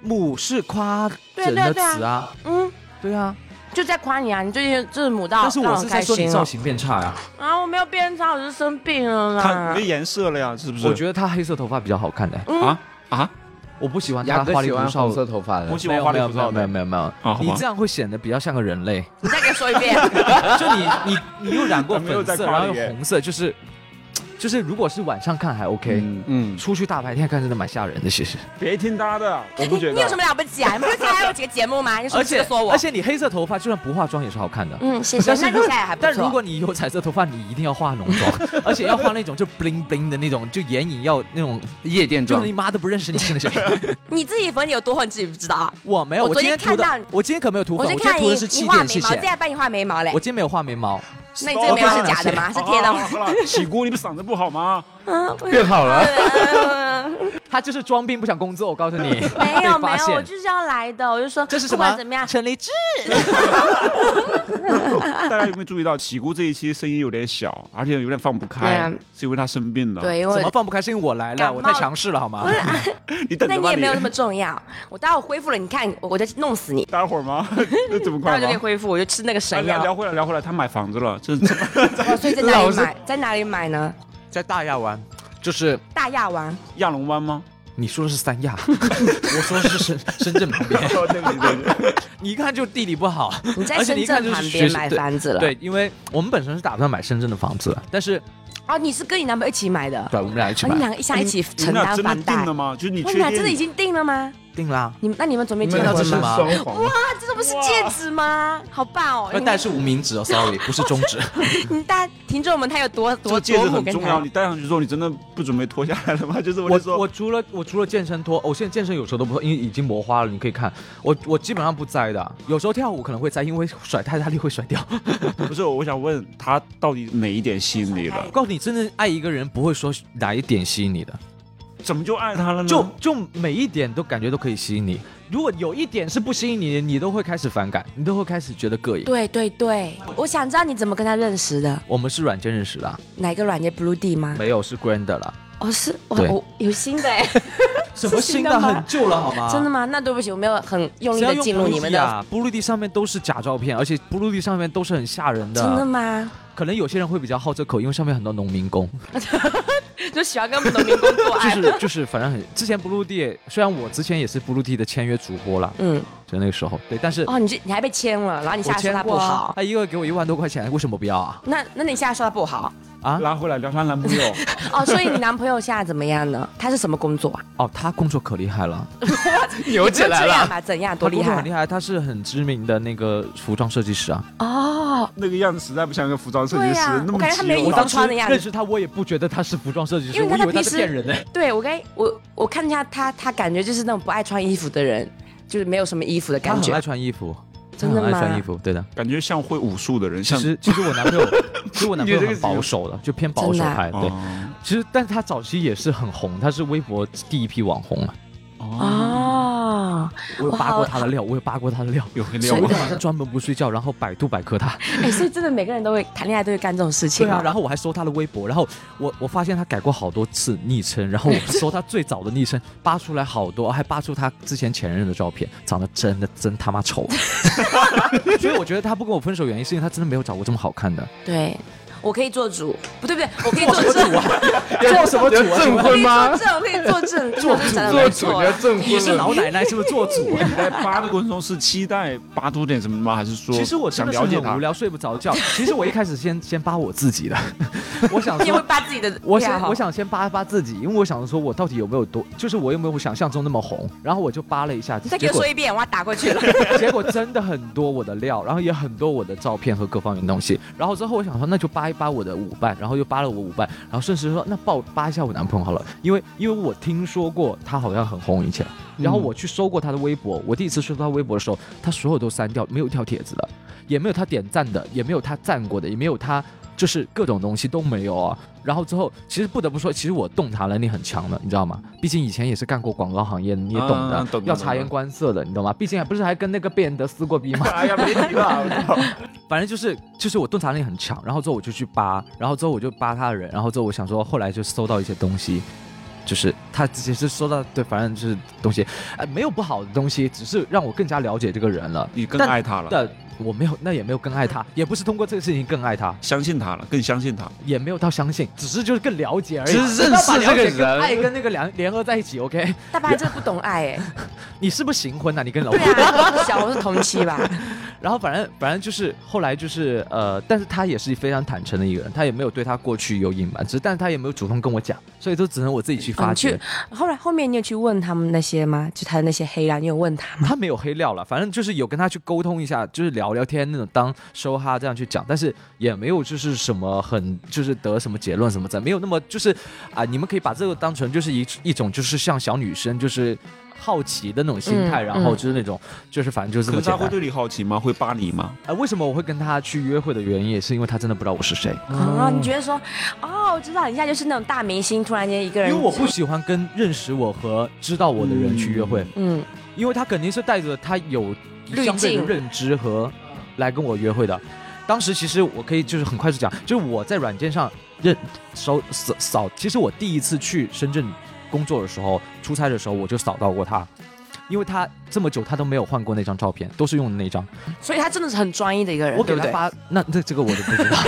F: 母是夸人
B: 对啊
F: 的
B: 对啊
F: 词啊，
B: 嗯，
F: 对啊，
B: 就在夸你啊，你最近就是母到
F: 但是我是在说你
B: 让我
F: 造
B: 开心
F: 型变差呀。
B: 哦啊，我没有变差，我是生病了
E: 他
B: 啦
E: 没。颜色了呀，是不是？
F: 我觉得他黑色头发比较好看的，
B: 嗯
E: 啊啊，
F: 我不喜欢他
C: 雅哥
F: 花里
C: 喜
F: 胡
C: 欢
F: 哨
C: 红。色头发的
E: 我，喜
F: 没
E: 欢
F: 有
E: 花
F: 没
E: 里
F: 有
E: 胡
F: 没
E: 哨
F: 有没
E: 的哦
F: 有。没有没有
E: 好，吧
F: 你这样会显得比较像个人 类。
B: 你再给我说一 遍，
F: 就你你你又染过
E: 没有
F: 粉
E: 在
F: 色，
E: 夸
F: 然后
E: 你耶
F: 又红色，就是就是，如果是晚上看还 OK，、
E: 嗯嗯，
F: 出去大白天看真的蛮吓人的，其实。
E: 别听他的，我不
B: 你
E: 觉
B: 你有什
E: 得。
B: 么了不起啊？你不是今天还有几个节目吗？你什
F: 而
B: 么资
F: 且
B: 格说我
F: 而？且你黑色头发就算不化妆也是好看的。
B: 嗯，谢谢。
F: 但是
B: 那你现在还不
F: 但
B: 错。
F: 如果你有彩色头发，你一定要化浓妆，而且要化那种就 bling bling 的那种，就眼影要那种，
C: 夜店
F: 就是
C: 妆
F: 你，妈都不认识你那种。
B: 你自己粉底有多厚，你自己不知道啊？
F: 我没有，
B: 我
F: 我
B: 昨
F: 今天
B: 天
F: 涂
B: 看
F: 的
B: 到，
F: 我今天可没有涂粉，
B: 我
F: 我
B: 就
F: 今天
B: 看
F: 涂
B: 你
F: 的是
B: 你
F: 气
B: 画
F: 垫，
B: 眉
F: 谢
B: 毛，
F: 谢
B: 这。还帮你画眉毛嘞
F: 我。哦今天没有画眉毛，
B: 那你这个眉毛是假的吗？是贴的吗？
E: 好了，洗姑，你不嗓子不好吗？
B: 嗯，不
C: 变好了。
B: 嗯
F: 他就是装病不想工作，我告诉你。
B: 呃没有
F: 哦 被
B: 没
F: 发
B: 有，我
F: 现。
B: 就是要来的。我就说，
F: 这是
B: 不
F: 什
B: 管
F: 么？
B: 怎么样，
F: 陈立志。
E: 大家有没有注意到，喜姑这一期声音有点小，而且有点放不
B: 对
E: 开
B: 啊，
E: 是因为她生病了。，
B: 对，因
F: 怎
B: 为
F: 么放不开？是因为我来
B: 感
F: 了，
B: 冒
F: 我太强势了，好吗？
E: 你 等
B: 那
E: 着
B: 你
E: 吧，
B: 也没有那么重要。我待会儿恢复了，你看我我再弄死你。
E: 待会儿吗？ 那这么
B: 待会
E: 快
B: 儿就可以
E: 吗？
B: 恢复，我就吃那个
E: 哎
B: 神
E: 聊
B: 药。
E: 聊回来，聊回来，她买房子了，这这
B: 哦所以在哪里买？在哪里买呢？
F: 在大亚湾，就是
B: 大亚湾。
E: 亚龙湾吗？
F: 你说的是三 亚，我说的是深深圳旁边。
E: 哦，对不起，对不起，
F: 你一看就地理不好，
B: 你在
F: 而且
B: 深
F: 你一看
B: 圳
F: 就是
B: 旁
F: 学
B: 边
F: 生
B: 买
F: 对
B: 房子了。。
F: 对，因为我们本身是打算买深圳的房子了，但是
B: 哦，你是跟你男朋友一起买的？
F: 对，
E: 啊
F: 我们俩一起
B: 哦你们
F: 买，
B: 两个一想一起
E: 你
B: 承
E: 们
B: 担
E: 俩嗯真的
B: 房贷
E: 定了？吗？就是你
B: 我
E: 确
B: 们俩真的
E: 定
B: 已经定了吗？
F: 定啦。
B: 你们那你们准备
C: 你
B: 结
C: 们
F: 看到
C: 这
F: 这
B: 婚
C: 是
F: 是
B: 吗？
F: 吗
C: 双黄
B: 哇，，这个不是戒指吗？好棒哦！
F: 呃，但是无名指哦，sorry，不 是中指。
B: 你你大家听众们，他有多
E: 这
B: 多
E: 个戒指
B: 多
E: 很
B: 母跟
E: 重要，
B: 他
E: 你戴上去之后，你真的不准备脱下来了吗？ 就是 我
F: 我
E: 就说，
F: 我除了我除了健身脱，哦我现在健身有时候都不脱，因为已经磨花了，你可以看我我基本上不摘的，有时候跳舞可能会摘，因为甩太大力会甩 掉。
E: 不是，我想问他到底哪一点吸引你 了
F: 我？告诉你，真正爱一个人不会说哪一点吸引你的，
E: 怎么就爱他
B: 嗯
E: 了呢？
F: 就就每一点都感觉都可以吸引你。如果有一点是不吸引你的，你都会开始反感，你都会开始觉得膈应。
B: 对对对，我想知道你怎么跟他认识的，
F: 我们是软件认识的啊，
B: 哪个软件 Blue D 吗？
F: 没有是 Grander 了，
B: 哦，是，哇，
F: 对
B: 我有新的 哎，
F: 什
B: 么
F: 么
B: 新
F: 新
B: 的
F: 的
B: 吗
F: 很旧了好吗？
B: 真的 吗？那对不起，我没有很用力
F: 谁要
B: 的
F: 用
E: 啊
B: 进入你们的，
F: 布鲁地上面都是假照片，而且布鲁地上面都是很吓人的。
B: 真的吗？
F: 可能有些人会比较好这口，因为上面很多农民工，
B: 就喜欢跟农民工做
F: 就
B: 爱。
F: 是就是，反正很之前 Blue D，虽然我之前也是 Blue D 的签约主播啦，
B: 嗯，
F: 就那个时候，对，但是
B: 哦，你这你还被签了，然后你
F: 嗯我
B: 现在说
F: 签
B: 他
F: 过
B: 不
F: 啊
B: 好，
F: 他一个月给我一万多块钱，为什么不要啊？
B: 那那你现在说他不 好
F: 啊，
E: 拉回来聊她男朋友，
B: 哦，所以你男朋友现在怎么样呢？他是什么工作啊？
F: 哦，他工作可厉害了，
B: 有起来了吧？怎样？多厉
F: 他工作
B: 害
F: 很厉害，他是很知名的那个服装设计师啊。
B: 哦！
E: 那个样子实在不像个服装设计
B: 对
E: 师
B: 呀，
E: 那
B: 我
E: 么
B: 感觉她没
E: 肌
B: 服
E: 肉
B: 装穿的样子
F: 认识他，我也不觉得他是服装设计
B: 因
F: 师，
B: 为他
F: 我以为
B: 平
F: 他
B: 时
F: 是骗人的。
B: 对我该我我看一下他，他感觉就是那种不爱穿衣服的人，就是没有什么衣服的
F: 他
B: 感
F: 很
B: 觉
F: 爱。穿衣服，
B: 真的
F: 他很爱穿
B: 吗
F: 衣服，对的。
E: 感觉像会武术的人，
F: 其
E: 像
F: 实其实我男朋 友，其实我男朋友
E: 你这个
F: 很保守的，就偏保守
B: 真的啊
F: 派。对，
E: 哦
F: 其实但是他早期也是很红，他是微博第一批网红啊。
E: 哦，
B: 哦，
F: 我有扒过他的料，我有扒过他的料。
E: 有黑料
F: 我
E: 吗
F: 晚上专门不睡觉，然后百度百科他。
B: 哎、所以真的每个人都会谈恋爱都会干这种事情
F: 对
B: 哦、
F: 啊，然后我还搜他的微博，然后我我发现他改过好多次昵称，然后我搜他最早的昵称，扒出来好多，还扒出他之前前任的照片，长得真的真他妈 丑。所以我觉得他不跟我分手原因是因为他真的没有找过这么好看的。
B: 对，我可以做主，不对不对，我可以做证，
F: 啊
C: 要什么主
B: 我
C: 证
B: 可
C: 婚
B: 以做
C: 吗？
B: 证，我可以做证，做主啊
C: 做主你要证
F: 你是
C: 婚
F: 老
C: 了。
F: 奶奶是不是做主？啊
E: 你在扒的过程中是期待扒出点什么吗？还是说
F: 其实我真
E: 想
F: 的是
E: 了解
F: 很
E: 他
F: 无？聊，睡不着觉。其实我一开始先先扒我自己的， 我想
B: 你也会
F: 说。
B: 扒自己啊的，
F: 我
B: 想
F: 想，我，想先扒扒自己，因为我想说，我到底有没有多，就是我有没有我想象中那么红？然后我就扒了一下，
B: 你再给我
F: 结果
B: 说一遍，我要打过去了。
F: 结果真的很多我的料，然后也很多我的照片和各方面的东西。然后之后我想说，那就扒一扒我的舞伴，然后又扒了我舞伴，然后顺势说，那帮我扒一下我男朋友好了，因为因为我听说过他好像很红以前，然后
E: 嗯
F: 我去搜过他的微博，我第一次搜他微博的时候，他所有都删掉，没有一条帖子的，也没有他点赞的，也没有他赞过的，也没有他。就是各种东西都没有啊，然后之后，其实不得不说，其实我洞察能力很强的，你知道吗？毕竟以前也是干过广告行业，你也懂的，
E: 啊懂懂
F: 要察言
E: 懂
F: 观色的，你懂吗？毕竟还不是还跟那个贝恩德撕过逼吗？
E: 哎呀，别提 了，我操
F: 反正就是就是我洞察力很强，然后之后我就去扒，然后之后我就扒他的人，然后之后我想说，后来就搜到一些东西，就是他之前是搜到对，反正就是东西，哎，没有不好的东西，只是让我更加了解这个人
C: 嗯
F: 了。
E: 你更
F: 但
E: 爱他了，
F: 但我没有，那也没有更爱他，也不是通过这个事情更爱他，
E: 相信他了，更相信他了。
F: 也没有到相信，只是就是更了解而已。
C: 只是认识
F: 要把了解
C: 这个人
F: 跟爱跟那个联联合在一起，OK？
B: 大白真的不懂爱哎、
F: 你是不是行婚呐、你跟老公
B: 对？啊，小红是同期吧？
F: 然后反正反正就是后来就是呃，但是他也是非常坦诚的一个人，他也没有对他过去有隐瞒，只是但是他也没有主动跟我讲，所以都只能我自己去
B: 哦
F: 发
B: 你
F: 掘。
B: 去 后来后面你有去问他们那些吗？就他的那些黑啦，你有问他吗？
F: 他没有黑料了，反正就是有跟他去沟通一下，就是聊聊天那种当收哈这样去讲，但是也没有就是什么很就是得什么结论什么的，没有那么就是啊、你们可以把这个当成就是一一种就是像小女生就是好奇的那种心态，
B: 嗯
F: 然后就是那种、就是反正就是这
E: 可
F: 么
E: 是
F: 简
E: 他会
F: 单。
E: 对你好奇吗？会扒你吗？
F: 呃，为什么我会跟他去约会的原因，也是因为他真的不知道我是谁。
B: 啊、你觉得说，哦，我知道，你现在就是那种大明星，突然间一个人，
F: 因为我不喜欢跟认识我和知道我的人去约会，
B: 嗯，
F: 因为他肯定是带着他有
B: 滤
F: 相对的
B: 镜
F: 认知和来跟我约会的。当时其实我可以就是很快速讲，就是我在软件上认扫扫扫，其实我第一次去深圳工作的时候，出差的时候我就扫到过他，因为他这么久他都没有换过那张照片，都是用的那张。
B: 所以他真的是很专一的一个人，
F: 我给
B: 对不
F: 他
B: 对？
F: 发，那这这个我就不知道。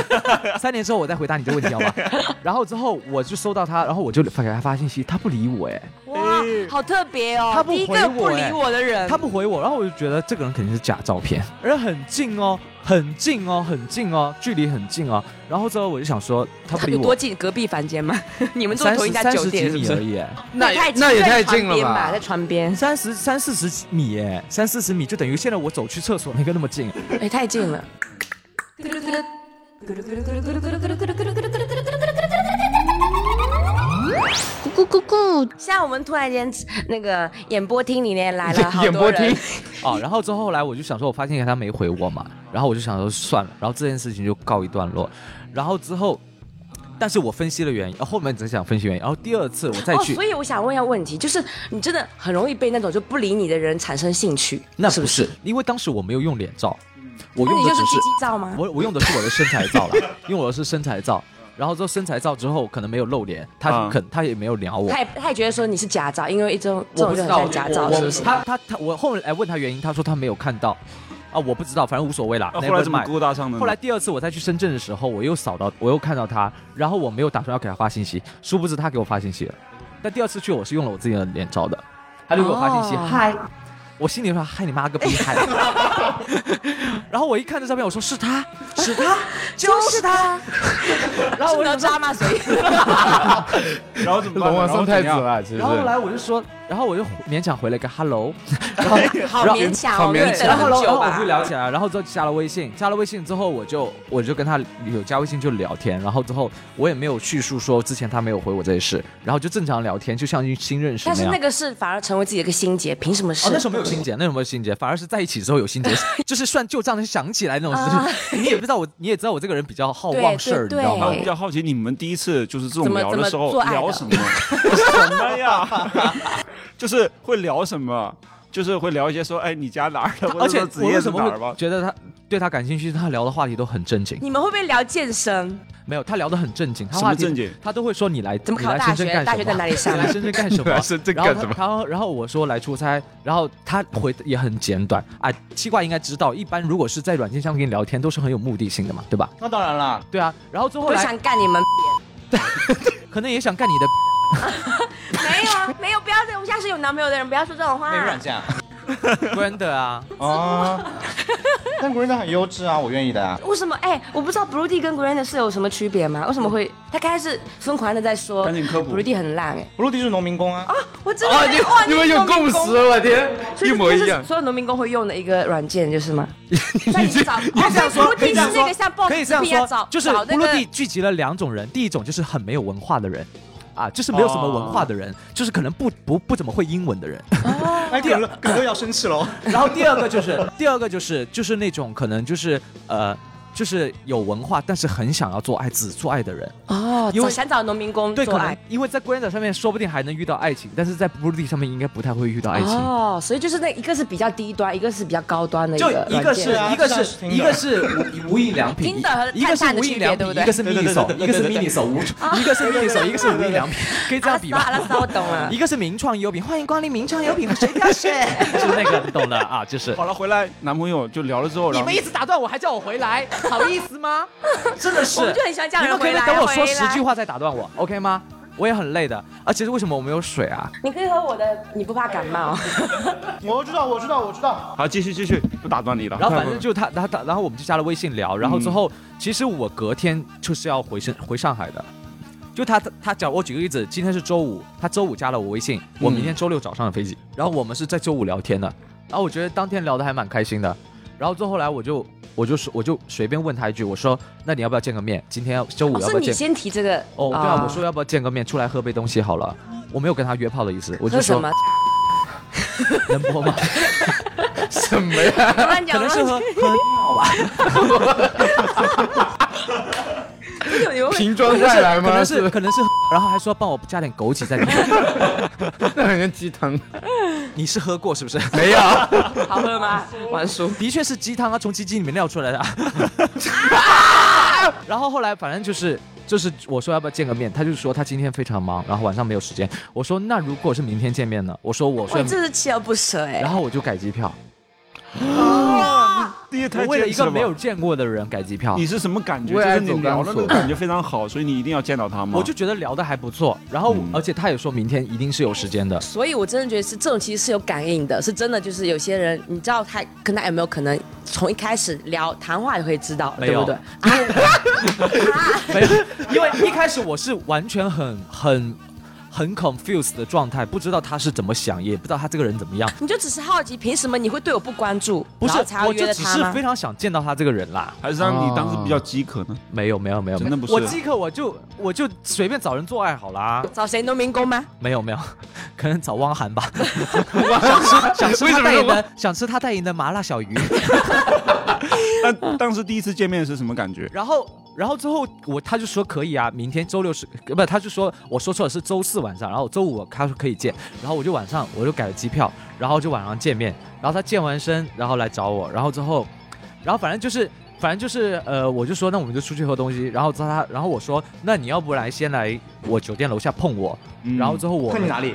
F: 三年之后我再回答你这个问题好吗？然后之后我就收到他，然后我就发给他发信息，他不理我哎。
B: 哇，好特别哦！
F: 他不
B: 第一
F: 回
B: 个不
F: 我
B: 理
F: 哎
B: 我的人，
F: 他不回我，然后我就觉得这个人肯定是假照片，而很近哦，很近哦，很近哦，距离很近哦。然后之后我就想说，他不理
B: 有多
F: 我，欸
B: 近？隔壁房间吗？ 你们住
F: 三
B: 同
F: 十
B: 一家
F: 三
B: 酒
F: 十几
B: 店是不
F: 米
B: 是
F: 而？已，
C: 那也
B: 太
C: 那也
B: 在
C: 太
B: 床
C: 近了
B: 边
C: 吧
B: 在床边，
F: 三十三四十米哎，三四十米就等于现在我走去厕所那个那么近。
B: 哎，太近了。咕咕咕咕！现在我们突然间那个演播厅里面来了 好
C: 演
B: 多
C: 播
B: 人
C: 厅，
F: 哦，然后之后后来我就想说，我发现他没回我嘛，然后我就想说算了，然后这件事情就告一段落。然后之后，但是我分析了原因，哦后面只想分析原因，然后第二次我再
B: 哦，
F: 去，
B: 所以我想问一下问题，就是你真的很容易被那种就不理你的人产生兴趣，
F: 那
B: 是
F: 不
B: 是？
F: 是因为当时我没有用脸照，我
B: 那
F: 用
B: 你
F: 的
B: 就
F: 只
B: 是
F: 是
B: 鸡鸡照吗？
F: 我我用的是我的身材照啦，因为我的是身材照，然后之后身材照之后可能没有露脸，他
E: 啊
F: 就肯、他也没有聊我
B: 他。也他也觉得说你是假照，因为一种这
F: 我
B: 种就
F: 不知
B: 很
F: 道
B: 像假照，
F: 我
B: 是不是？
F: 他他他，我后来问他原因，他说他没有看到，啊，我不知道，反正无所谓啦。
E: 啊后
F: never
E: 来怎么
F: mind
E: 勾搭上的呢？
F: 后来第二次我再去深圳的时候，我又扫到，我又看到他，然后我没有打算要给他发信息，殊不知他给我发信息了。但第二次去我是用了我自己的脸招的，他就给我发信息，
B: 哦
F: 嗨、我心里说嗨你妈个逼嗨。 然后我一看这照片，我说是他，是他，就是他。然后我
B: 是哪
F: 就
B: 吒吗？所以
E: 然后怎么办
C: 龙
E: 呢
C: 王
E: 然后
C: 送
E: 怎
C: 太子啊
E: 样
C: 了，其实
F: 然后后来我就说，然后我就勉强回了一个 hello，然后
B: 好
F: 然后
B: 勉强
C: 好
B: 哦，没有
C: 勉
B: 等了
F: 然后
B: 很
F: 然
B: 久
F: 后我
B: 吧
F: 会？聊起来，然后之后加了微信，加了微信之后我就我就跟他有加微信就聊天，然后之后我也没有叙述说之前他没有回我这些事，然后就正常聊天，就像新认识
B: 但
F: 那
B: 是
F: 样。
B: 那个是反而成为自己的一个心结，凭什么是？
F: 哦，那时候没有心结，那时候没有心结，反而是在一起之后 有心结，就是算旧账，想起来那种事。你也不知道我，你也知道我这个人比较好
B: 对
F: 忘事儿，你
B: 啊对
F: 知道
E: 那
F: 吗
E: 我？比较好奇，你们第一次就是这种
B: 怎么
E: 聊
B: 怎么
E: 的时候
B: 做爱的
E: 聊什么？ 什么呀？ 就是会聊什么？就是会聊一些说，哎，你家哪儿的？
F: 而且
E: 或者说职
F: 我
E: 业
F: 为
E: 是
F: 什
E: 哪
F: 么
E: 儿吧
F: 会？觉得他对他感兴趣？他聊的话题都很正经，
B: 你们会不会聊健身？
F: 没有他聊的很正经，他
E: 什么
F: 话题
E: 正经
F: 他都会说你来
B: 怎么
F: 你
B: 考
F: 来
B: 大
F: 深圳
B: 学
F: 干什么？
B: 大学在哪里上啊
F: 你来深圳干什么？
C: 深圳
F: 然后
C: 干
F: 他
C: 什么？
F: 然后然后我说来出差，然后他回也很简短啊。七怪应该知道，一般如果是在软件上跟你聊天，都是很有目的性的嘛，对吧？
C: 那当然了，
F: 对啊，然后最后
B: 我
F: 来
B: 想干你 们？
F: 可能也想干你的，
B: 没有啊，没有，不要对我下是有男朋友的人不要说这种话
C: 那。个软件啊
F: 真的啊，
C: 啊，但 Green 很优质啊，我愿意的啊。
B: 为什么？哎、我不知道 Brody 跟 Grant 是有什么区别吗？为什么会？他开始疯狂的在说
E: 赶紧科普
B: ，Brody 很烂哎、哦
C: 布鲁迪是农民工啊，
B: 我真的没有哇
C: 你们有共识，我天，
B: 所以
C: 一
B: 这
C: 模
B: 这
C: 一
B: 是
C: 样。
B: 所有农民工会用的一个软件就是吗？所以
C: 你
B: 你
C: 这
B: 找，
C: 你这样说
B: 哦所以 Brody
C: 可以这样
B: 是那个
C: 说
B: 像报
F: 可以
B: 纸
F: 这样
B: 一样
F: 说
B: 啊找，，
F: 就是
B: 找
F: 布
B: 那
F: 鲁
B: 个
F: 蒂聚集了两种人，第一种就是很没有文化的人。啊，就是没有什么文化的人，
B: 哦
F: 就是可能不不不怎么会英文的人。
C: 哎，可乐可乐要生气喽。
F: 然后第二个就是， 第二个就是就是那种可能就是呃，就是有文化但是很想要做爱只做爱的人。
B: 哦，
F: 因为
B: 找想找农民工
F: 对，
B: 做
F: 可
B: 爱
F: 能。因为在 Grindr 上面说不定还能遇到爱情，但是在 b r u d y 上面应该不太会遇到爱情。
B: 哦，所以就是那一个是比较低端，一个是比较高端的一
F: 就
B: 个
F: 一个
B: 软件
F: 是
C: 啊
F: 一个
C: 这样
F: 是
C: 是听的
F: 一个是无无印良品，
B: 听的和
F: 一个是
B: 看看的
F: 无
B: 区
F: 印
B: 别
F: 良
B: 对
F: 品，
B: 不
F: 一
B: 对
F: 个是 mini 手，一
C: 对对对
F: 个是
C: 对对
F: mini 手，一个是 mini 手，一个是无印良品，可以这样比
B: 阿
F: 吗
B: 拉？斯我懂 了。
F: 一个是名创优品，欢迎光临名创优品，谁挑 选？是那个你懂的啊，就是
E: 好了，回来男朋友就聊了之后，
F: 你
E: 然后
F: 们一直打断我，还叫我回 来，好意思吗？真的是，
B: 我们就很喜欢叫人
F: 你们可以
B: 回来啊
F: 等我说
B: 回
F: 十
B: 来
F: 句话再打断我，OK 吗？我也很累的，而且是为什么我没有水啊？
B: 你可以喝我的，你不怕感冒？
C: 我知道，我知道，我知道。
E: 好，继续继续，不打断你了。
F: 然后反正就他，他他，然后我们就加了微信
B: 嗯
F: 聊，然后之后，其实我隔天就是要回深回上海的，就他他他讲，我举个例子，今天是周五，他周五加了我微
B: 嗯
F: 信，我明天周六早上的飞机，然后我们是在周五聊天的，然后我觉得当天聊的还蛮开心的，然后最后来我就我就我就随便问他一句，我说那你要不要见个面？今天要周五
B: 哦，
F: 要
B: 是
F: 不要
B: 你
F: 见？
B: 先提这个
F: 哦，对啊，我说要不要见个面，出来喝杯东西好了，我没有跟他约炮的意思，我就
B: 喝什
F: 说
B: 么？
F: 能播吗？
C: 什么呀？
B: 乱
F: 可
B: 讲啊
F: 能是
B: 乱
F: 喝
B: 讲，
F: 喝
B: 你们会
C: 瓶装再来
F: 可
C: 吗？
F: 能是可能是，然后还说帮我加点枸杞在里面。
C: 那很像鸡汤。
F: 你是喝过是不是？
C: 没有，
B: 好喝吗？王叔，
F: 的确是鸡汤啊，从鸡鸡里面尿出来的啊。然后后来反正就是就是我说要不要见个面，他就说他今天非常忙，然后晚上没有时间。我说那如果是明天见面呢？我说我
B: 哇，
F: 睡
B: 你，真是锲而不舍哎
F: 然！后我就改机票，
E: 第一
F: 我为了一个没有，见过的人改机票
E: 你。是什么感觉？
C: 为
E: 就是
C: 爱
E: 你
C: 走
E: 聊
C: 钢
E: 的那
C: 索
E: 个感觉非常好，所以你一定要见到他吗？
F: 我就觉得聊的还不错，然后、而且他也说明天一定是有时间的，
B: 所以，我真的觉得是这种其实是有感应的，是真的。就是有些人，你知道他跟他有没有可能从一开始聊谈话就可以知道，
F: 没
B: 对
F: 有
B: 不对？啊，
F: 没有， 因为一开始我是完全很很很 confused 的状态，不知道他是怎么想，也不知道他这个人怎么样。
B: 你就只是好奇，凭什么你会对我不关注？
F: 不
B: 然
F: 是
B: 后才，要
F: 我
B: 约
F: 就
B: 了
F: 只
B: 他
F: 是
B: 吗
F: 非？常想见到他这个人啦。
E: 还是让你当时
F: 啊
E: 比较饥渴呢。
F: 没有，没有，没有，
E: 真的不是
F: 我饥渴，我就我就随便找人做爱好啦。
B: 找谁农民工吗？
F: 没有，没 有，可能找汪涵吧。想吃想吃
C: 为什么
F: 他代言
C: 是汪
F: 的，想吃他代言的麻辣小鱼。
E: 那当时第一次见面是什么感觉？
F: 然后，然后之后我他就说可以啊，明天周六是呃不，他就说我说错了是周四晚上，然后周五他说可以见，然后我就晚上我就改了机票，然后就晚上见面，然后他健完身然后来找我，然后之后，然后反正就是。反正就是，呃，我就说那我们就出去喝东西，然后他，然后我说那你要不来先来我酒店楼下碰我，
E: 嗯
F: 然后之后我
C: 看你哪里？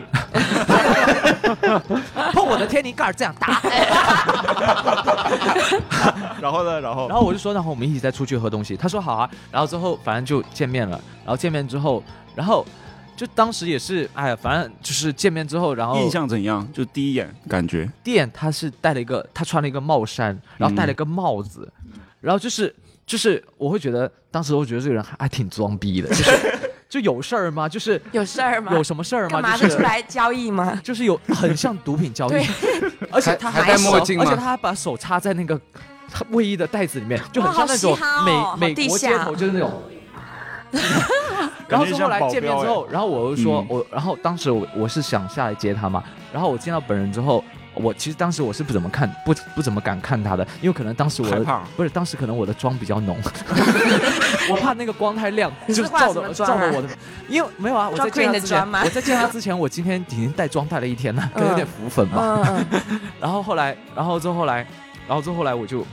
F: 碰我我的天灵盖儿这样打。
E: 然后呢，然后
F: 然后我就说，然后我们一起再出去喝东西。他说好啊，然后之后反正就见面了。然后见面之后，然后就当时也是，哎呀，反正就是见面之后，然后
E: 印象怎样？就第一眼感觉，
F: 店他是戴了一个，他穿了一个帽衫，然后
E: 嗯
F: 戴了一个帽子，然后就是就是我会觉得，当时我觉得这个人还还挺装逼的，就是 就有事儿吗？就是
B: 有事儿吗？
F: 有什么事儿
B: 干
F: 吗？
B: 嘛
F: 就
B: 的出
F: 是。
B: 来交易吗？
F: 就是有很像毒品交易
B: 对，
F: 而且
C: 还
F: 他
C: 还
F: 还
C: 戴墨
F: 手
C: 镜
F: 而且
C: 吗
F: 他还把手插在那个他卫衣的袋子里面，就很
B: 哇
F: 像
B: 好
F: 那种
B: 嘻哈
F: 美、
B: 哦好
F: 美
B: 地
F: 国街
B: 下
F: 头，就是 那种。然
E: 感
F: 后
E: 觉
F: 是后
E: 像
F: 来
E: 保
F: 见面
E: 镖
F: 之
E: 哎
F: 后，然后我就说，
E: 嗯
F: 我然后当时我我是想下来接他嘛，然后我见到本人之后，我其实当时我是不怎么看不不怎么敢看他的，因为可能当时我
E: 害
F: 的
E: 怕啊
F: 不是当时可能我的妆比较浓， 我怕那个光太亮，
B: 你
F: 就是是
B: 化
F: 照
B: 什么
F: 的
B: 妆
F: 照的
B: 啊
F: 我的，因为没有啊，我
B: 抓
F: 在见
B: queen
F: 他
B: 的
F: 之
B: 妆
F: 前
B: 吗
F: 我在见他之前，我今天已经带妆带了一天了，可能有点浮粉吧。
B: 嗯，嗯嗯
F: 然后后来，然后之后后来，然后之后后来我就。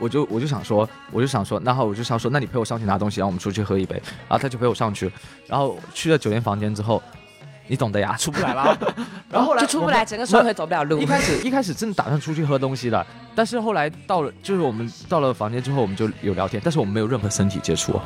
F: 我就我就想说，我就想说，然后我就想说，那你陪我上去拿东西，然后我们出去喝一杯。然后他就陪我上去，然后去了酒店房间之后，你懂的呀，出不来了。 然后后
B: 哦
F: 来
B: 就出不
F: 我们
B: 来，整个双腿走不了路
F: 一。开始一开始真的打算出去喝东西的，但是后来到了就是我们到了房间之后，我们就有聊天，但是我们没有任何身体接触，哦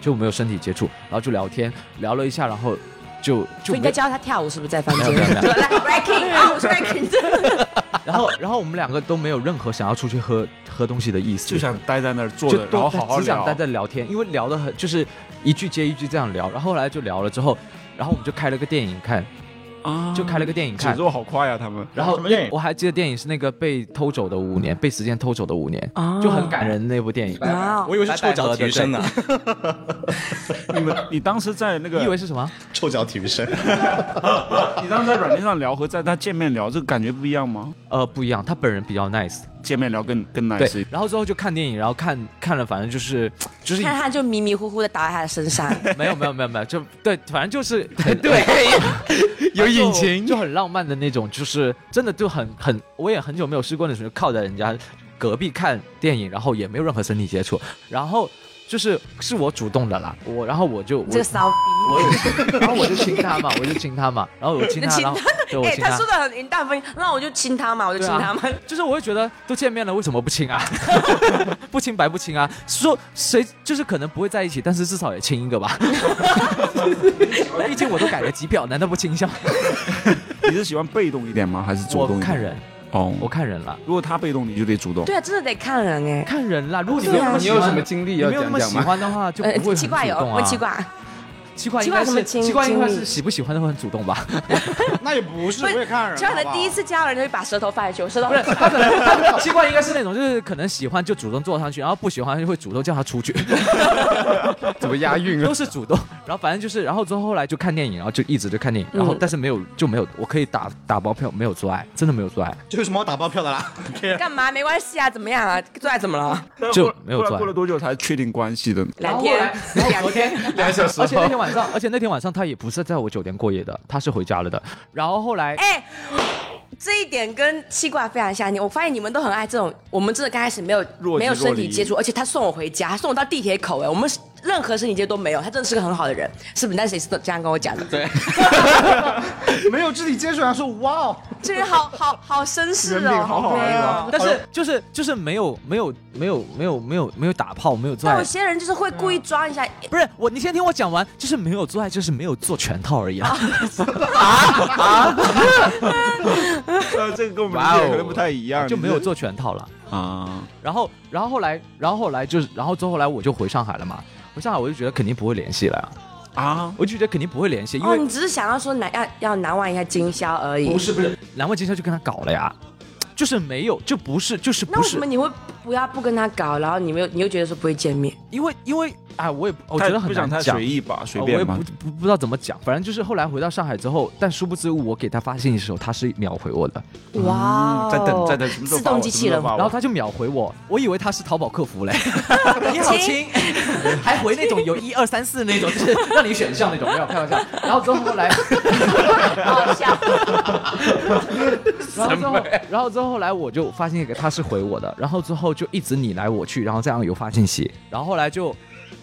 F: 就没有身体接触，然后就聊天聊了一下，然后就就
B: 所以应该
F: 没有
B: 教他跳舞，是不是在房间？
F: 没有没有没 有
B: 对来 breaking 啊，我是 breaking。
F: 然后 然后我们两个都没有任何想要出去喝喝东西的意思，
E: 就想待在那儿坐
F: 就
E: 着，
F: 都
E: 然后好好
F: 只想待
E: 聊。
F: 在聊天，因为聊的很就是一句接一句这样聊，然后后来就聊了之后，然后我们就开了个电影看，
E: 啊
F: 就开了个电影
E: 节
F: 看。
E: 奏好快啊，他们。
F: 然后
G: 哎
F: 我还记得电影是那个被偷走的五年，被时间偷走的五年，
B: 哦
F: 就很感人的那部电影。
B: 哇哦，
G: 我以为是臭脚啊体育生呢，
E: 你们，你当时在那个，
F: 你以为是什么？
G: 臭脚体育生。
E: 你当时在软件上聊和在他见面聊，这个感觉不一样吗？
F: 呃，不一样，他本人比较 nice。
E: 见面聊更更 nice 一
F: 对
E: 点，
F: 然后之后就看电影，然后看看了，反正就是就是
B: 看他就迷迷糊糊的倒在他的身 上，
F: 没有没有没有没有，就对，反 正就是很
C: 有引擎
F: 就，就很浪漫的那种，就是真的就很很，我也很久没有试过那种，就靠在人家隔壁看电影，然后也没有任何身体接触，然后就是是我主动的啦，我然后我就我
B: 这个骚逼。
F: 我有，然后我就亲他嘛，我就亲他嘛，然后我亲他，
B: 亲
F: 然后对我
B: 哎、
F: 亲
B: 他说的很云淡风轻，那我就亲他嘛，我就亲
F: 对啊
B: 他嘛。
F: 就是我会觉得都见面了，为什么不亲啊？ 不亲白不亲啊！说谁就是可能不会在一起，但是至少也亲一个吧。毕竟我都改了机票，难道不亲一下吗？
E: 你是喜欢被动一点吗？还是主动
F: 我
E: 一点？
F: 看人，
E: 哦，
F: 我看人了，
E: 如果他被动，你就得主动。
B: 对啊，真的得看人哎、
F: 看人啦。如果你没
B: 对
F: 有
B: 啊
F: 那么
C: 你
F: 喜
C: 有
F: 欢，
C: 什么经历
F: 你
C: 要
F: 没有那
C: 讲
F: 么
C: 讲
F: 喜
C: 吗？
F: 欢的话，就不会
B: 呃，七
F: 很
B: 卦
F: 主
B: 有
F: 动啊
B: 会七，卦，
F: 七卦
B: 七
F: 应
B: 卦
F: 该
B: 有什么
F: 是
B: 经
F: 七卦应该
B: 经
F: 是
B: 历
F: 喜不喜欢都会很主动 吧？
G: 那也不是，
B: 不
G: 我
B: 是
G: 也看人。
B: 就他的
G: 好不好
B: 第一次交人就会把舌头放下去，我舌头
F: 不是，他可能他的七卦应该是那种，就是可能喜欢就主动坐上去，然后不喜欢就会主动叫他出去。
C: 怎么押韵啊
F: 都？是主动。然后反正就是，然后之后后来就看电影，然后就一直就看电影，然后
B: 嗯
F: 但是没有就没有，我可以打打包票，没有做爱，真的没有做爱，
G: 这有什么好打包票的 啦？
B: 干嘛？没关系啊，怎么样啊？坐在怎么 了？
F: 就没有
E: 后来
F: 做
E: 过了
F: 爱。
E: 多久才确定关系的？
B: 两天，两 天，
C: 两小时
F: 而且那
C: 后
F: 天晚上，而且那天晚上他也不是在我酒店过夜的，他是回家了的。然后后来，
B: 哎、这一点跟七卦非常像。你我发现你们都很爱这种，我们真的刚开始没有
E: 若即
B: 没有身
E: 若
B: 体
E: 离
B: 接触，而且他送我回家，送我到地铁口哎、我们任何身体接触都没有，他真的是个很好的人，是不是？但谁是这样跟我讲的？ 对，
G: 没有肢体接触，然后说哇哦，
B: 这人好好好绅士
E: 人品
B: 哦，
E: 好好
G: 哎
B: 美哦。
E: 啊！
F: 但是就是就是没有没有没有没有没有没有打炮，没有做
B: 但
F: 爱
B: 有。些人就是会故
F: 嗯
B: 意装一下，
F: 不是我，你先听我讲完，就是没有做爱，就是没有做全套而已 啊。
E: 呃，这个跟我们
C: 哇
E: 理
C: 哦
E: 解可能不太一样，
F: 啊就没有做全套了。
E: 啊。
F: 然后，然后后来，然后后来就是，然后之后后来我就回上海了嘛。回上海我就觉得肯定不会联系了呀，
E: 啊，
F: 我就觉得肯定不会联系，因
B: 哦，
F: 为
B: 你只是想要说难要要难忘一下今宵而已。
F: 不是不是，蓝万今宵就跟他搞了呀，就是没有，就不是，就是
B: 那
F: 不
B: 为什
F: 是
B: 么，你会不要不跟他搞，然后你没有，你又觉得说不会见面？
F: 因为因为哎，我也我
E: 我
F: 觉得很
E: 不想
F: 难
E: 太
F: 讲
E: 随。意吧，随
F: 啊我也
E: 便
F: 不
E: 吧。
F: 不不知道怎么讲，反正就是后来回到上海之后，但殊不知我给他发信息的时候，他是秒回我的，
B: 哇、哦！
E: 在等，在等，什么时候
B: 自
E: 发我
B: 动机器人
E: 什么时候发我
F: 然后他就秒回我，我以为他是淘宝 客服嘞，你好亲， 还回那种有一二三四那种，就是让你选项那种，没有开玩笑。然后之后后来，
B: 好笑。
F: 然后之后，然后之后后来我就发现一个他是回我的，然后之后就一直你来我去，然后这样有发信息，然后后来就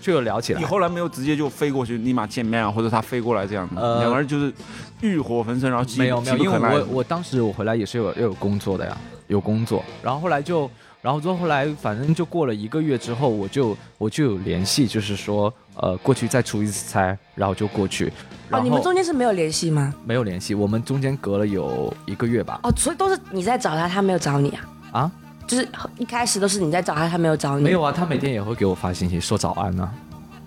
F: 就有聊起 来
E: 你。后来没有直接就飞过去，立马见面啊，或者他飞过来这样子，
F: 呃
E: 两个人就是欲火焚身，然后急
F: 没有没有，
E: 急
F: 因
E: 不
F: 为
E: 可耐
F: 我我当时我回来也是有也有工作的呀，有工作，然后后来就，然后之后后来反正就过了一个月之后，我就我就有联系，就是说呃过去再出一次差，然后就过去，然
B: 哦，
F: 后
B: 你们中间是没有联系吗？
F: 没有联系，我们中间隔了有一个月吧，
B: 哦，所以都是你在找他，他没有找你啊？
F: 啊，
B: 就是一开始都是你在找他，他没有找你，
F: 没有啊，他每天也会给我发信息说早安呢、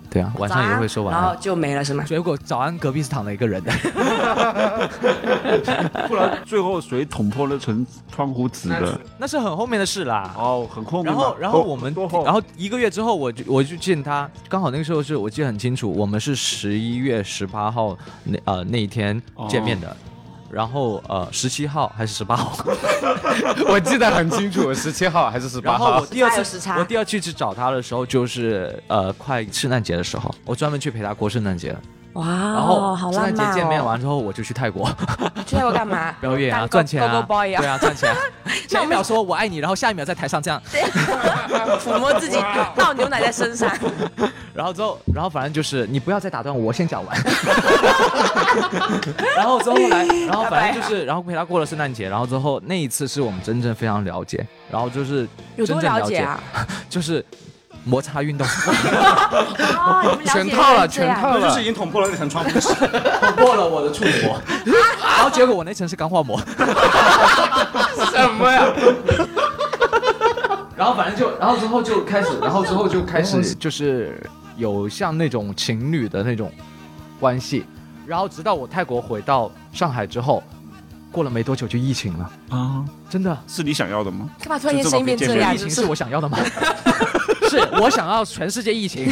F: 对啊，晚
B: 早安
F: 上也会说晚
B: 然后
F: 安。
B: 就没了是吗？
F: 结果早安隔壁是躺了一个人的，
E: 后来最后谁捅破了层窗户纸的？
F: 那是很后面的事啦。
E: 哦，很后面
F: 然
E: 吧。
F: 后，然后我们
E: 多后，，
F: 然后一个月之后，我就我就见他，刚好那个时候是我记得很清楚，我们是十一月十八号那呃那一天
E: 哦
F: 见面的，然后呃十七号还是十八号，
C: 我记得很清楚，十七号还是十八
F: 然后
C: 号
F: 我？第二
B: 时差有
F: 次
B: 时差
F: 我第二次去找他的时候就是呃快圣诞节的时候，我专门去陪他过圣诞节，
B: 哇，
F: 然后
B: 好
F: 圣
B: 浪
F: 诞
B: 漫哦！
F: 节见面完之后我就去泰国
B: 去泰国干嘛？
F: 表 演啊
B: 当
F: 赚钱啊
B: Go-Go boy
F: 对
B: 啊，
F: 啊赚 钱啊，前一秒说我爱你，然后下一秒在台上这样。
B: 抚摸自己，倒牛奶在身上。
F: 然后之后，然后反正就是你不要再打断我，我先讲 完。然后之后后来，然后反正就是，然后陪他过了圣诞节，然后之后那一次是我们真正非常了解，然后就是
B: 有
F: 真
B: 多
F: 正
B: 了
F: 解
B: 解啊？
F: 就是摩擦运动，
B: 哦，你们了解啊
C: 全套
B: 原
C: 了，
B: 来是这
C: 全
B: 样
C: 套
G: 就是
C: 了
G: 已。经捅破了那层窗户 纸。
F: 捅破了我的处女膜， 然后结果我那层是钢化膜，
C: 什么呀？
F: 然后反正就，然后之后就开始，然后之后就开始就是有像那种情侣的那种关系，然后直到我泰国回到上海之后，过了没多久就疫情了，
E: 啊，
F: 真的。
E: 是你想要的吗？
B: 干嘛突然间声音变这
E: 啊
B: 样？
F: 疫情是我想要的吗？是我想要全世界疫情